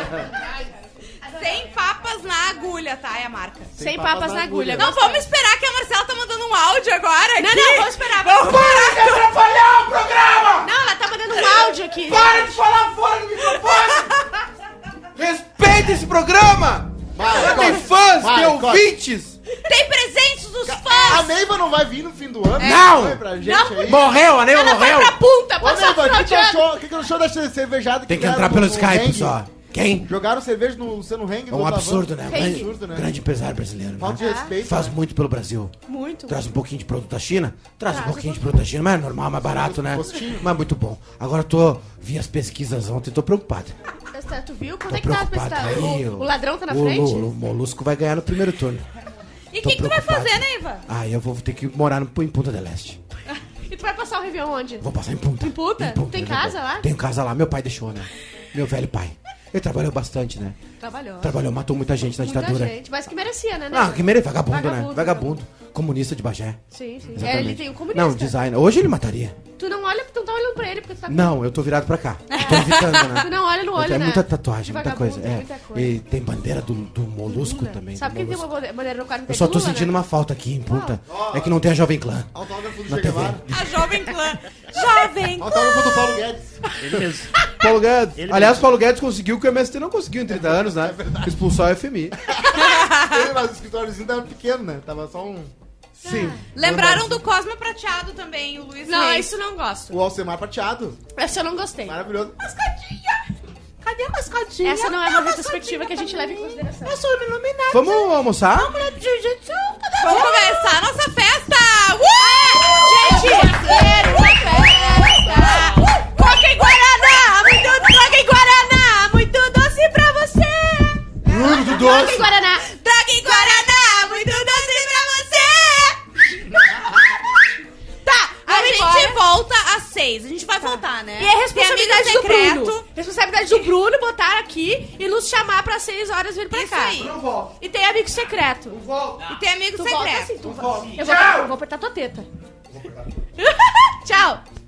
Speaker 4: *laughs*
Speaker 3: *laughs*
Speaker 4: Sem papas na agulha, tá? É a marca.
Speaker 3: Sem papas na agulha.
Speaker 4: Não, vamos esperar que a Marcela tá mandando um áudio agora.
Speaker 3: Não,
Speaker 4: aqui.
Speaker 3: não, vamos esperar.
Speaker 4: Vamos parar de atrapalhar o programa!
Speaker 3: Não, ela tá mandando um áudio aqui.
Speaker 2: Para de falar fora do microfone! Respeita esse programa!
Speaker 1: Vai,
Speaker 2: Você tem
Speaker 1: corta.
Speaker 2: fãs,
Speaker 1: Vai,
Speaker 2: tem
Speaker 1: corta.
Speaker 2: ouvintes!
Speaker 4: Tem presentes dos
Speaker 1: A
Speaker 3: Ah,
Speaker 4: fãs!
Speaker 1: Neiva não vai vir no fim do
Speaker 3: É.
Speaker 1: ano?
Speaker 2: Não.
Speaker 1: Vai pra gente aí.
Speaker 2: Morreu, a Neiva
Speaker 3: Ela vai pra punta,
Speaker 1: Ô,
Speaker 3: passar
Speaker 1: Neiva,
Speaker 3: o
Speaker 1: o
Speaker 3: final
Speaker 1: que,
Speaker 3: de
Speaker 1: que
Speaker 3: ano.
Speaker 1: achou, o que, que achou da cervejada que
Speaker 9: Tem que
Speaker 1: deram
Speaker 9: entrar
Speaker 1: no-
Speaker 9: pelo
Speaker 1: no
Speaker 9: Skype
Speaker 1: Hang?
Speaker 9: só. Quem?
Speaker 1: Jogaram cerveja no Luciano Heng.
Speaker 9: É um absurdo, né? Um
Speaker 1: É um
Speaker 9: grande-
Speaker 1: absurdo, né?
Speaker 9: Grande empresário brasileiro.
Speaker 1: Falta
Speaker 9: Né?
Speaker 1: de respeito.
Speaker 9: Faz
Speaker 1: né?
Speaker 9: muito pelo Brasil.
Speaker 3: Muito.
Speaker 2: Tá.
Speaker 9: Traz um pouquinho de produto da China? Traz um pouquinho de produto da China, mas é normal,
Speaker 3: um
Speaker 9: mais barato, né?
Speaker 1: Gostinho.
Speaker 9: Mas muito bom. Agora eu tô. Vi as pesquisas ontem, tô preocupado.
Speaker 3: Tá, Tu viu?
Speaker 9: Tô
Speaker 3: Quanto é que tá?
Speaker 9: preocupado.
Speaker 3: tá-
Speaker 9: Aí,
Speaker 3: O, o ladrão tá na
Speaker 9: o-
Speaker 3: frente?
Speaker 9: O, o Molusco vai ganhar no primeiro turno.
Speaker 4: E o
Speaker 9: Tô
Speaker 4: que, que tu vai
Speaker 9: preocupado.
Speaker 4: fazer,
Speaker 3: né,
Speaker 4: Neiva?
Speaker 9: Ah, eu vou ter que morar no, em Punta del Este.
Speaker 3: E tu vai passar o Réveillon onde?
Speaker 9: Vou passar em Punta.
Speaker 3: Em Punta? Tem
Speaker 9: eu
Speaker 3: casa
Speaker 9: vou.
Speaker 3: lá?
Speaker 9: Tenho casa lá. Meu pai deixou, né? Meu velho pai. Ele trabalhou bastante, né?
Speaker 3: Trabalhou.
Speaker 9: Trabalhou, matou muita gente na
Speaker 3: Muita
Speaker 9: ditadura.
Speaker 3: gente, mas que merecia, né? né?
Speaker 9: Ah, que merece. Vagabundo, né?
Speaker 3: Vagabundo,
Speaker 9: Vagabundo. Comunista de Bagé.
Speaker 3: Sim, sim. É,
Speaker 9: Exatamente.
Speaker 3: ele tem um comunista.
Speaker 9: Não, designer. Hoje ele mataria.
Speaker 3: Tu não olha, tu não tá olhando pra ele porque tu tá...
Speaker 9: Não, eu tô virado pra cá. Eu Tô evitando, né?
Speaker 3: Tu *laughs* não olha no olho,
Speaker 9: é
Speaker 3: né?
Speaker 9: muita tatuagem,
Speaker 3: De
Speaker 9: muita
Speaker 3: vagabundo,
Speaker 9: coisa. É.
Speaker 3: muita coisa.
Speaker 9: E tem bandeira do, do molusco também.
Speaker 3: Sabe
Speaker 9: do
Speaker 3: quem tem
Speaker 9: molusco.
Speaker 3: uma bandeira no quarto né?
Speaker 9: Eu só tô sentindo uma falta aqui em Punta. É que não tem a Jovem Clã.
Speaker 1: Autógrafo do
Speaker 9: Na
Speaker 1: Che
Speaker 9: TV.
Speaker 1: Guevara.
Speaker 4: A Jovem Clã. Jovem
Speaker 1: Autógrafo do Paulo Guedes.
Speaker 7: Ele mesmo.
Speaker 2: Paulo Guedes.
Speaker 7: Ele
Speaker 2: Aliás,
Speaker 7: mesmo. É
Speaker 2: Paulo Guedes conseguiu o que o MST não conseguiu em 30 anos, né? Expulsar o FMI.
Speaker 3: É
Speaker 1: Ele, mas o escritóriozinho tava pequeno, né? Tava só um...
Speaker 2: Sim.
Speaker 4: Lembraram do Cosma Prateado também, o Luiz
Speaker 3: Não,
Speaker 4: Reis.
Speaker 3: isso eu não gosto.
Speaker 1: O Alcemar prateado.
Speaker 3: Essa eu não gostei.
Speaker 1: Maravilhoso.
Speaker 4: Cadê a mascadinha?
Speaker 3: Essa não é uma retrospectiva que a gente leva em consideração.
Speaker 4: Eu sou iluminada.
Speaker 2: Vamos almoçar?
Speaker 4: Vamos começar a nossa festa! Uh! Gente, festa! Coca e Guaraná! Muito droga e Guaraná! Muito doce pra você!
Speaker 2: Bruno do
Speaker 3: Coca e
Speaker 2: Doce.
Speaker 3: Guaraná.
Speaker 4: Droga e Guaraná! Muito doce pra você! Tá, a
Speaker 3: Vamos
Speaker 4: gente
Speaker 3: embora.
Speaker 4: volta às seis. A gente vai voltar, né?
Speaker 3: E é responsabilidade
Speaker 4: Tem
Speaker 3: do
Speaker 4: amigo secreto.
Speaker 3: Bruno. Responsabilidade do Bruno botar aqui e nos chamar pra seis horas vir pra
Speaker 4: Isso
Speaker 3: cá.
Speaker 4: aí.
Speaker 2: volto.
Speaker 3: E tem amigo secreto.
Speaker 4: E tem amigo
Speaker 3: Tu volta
Speaker 4: secreto.
Speaker 3: assim, tu volta. Eu vou, eu vou apertar tua teta. *laughs* Tchau.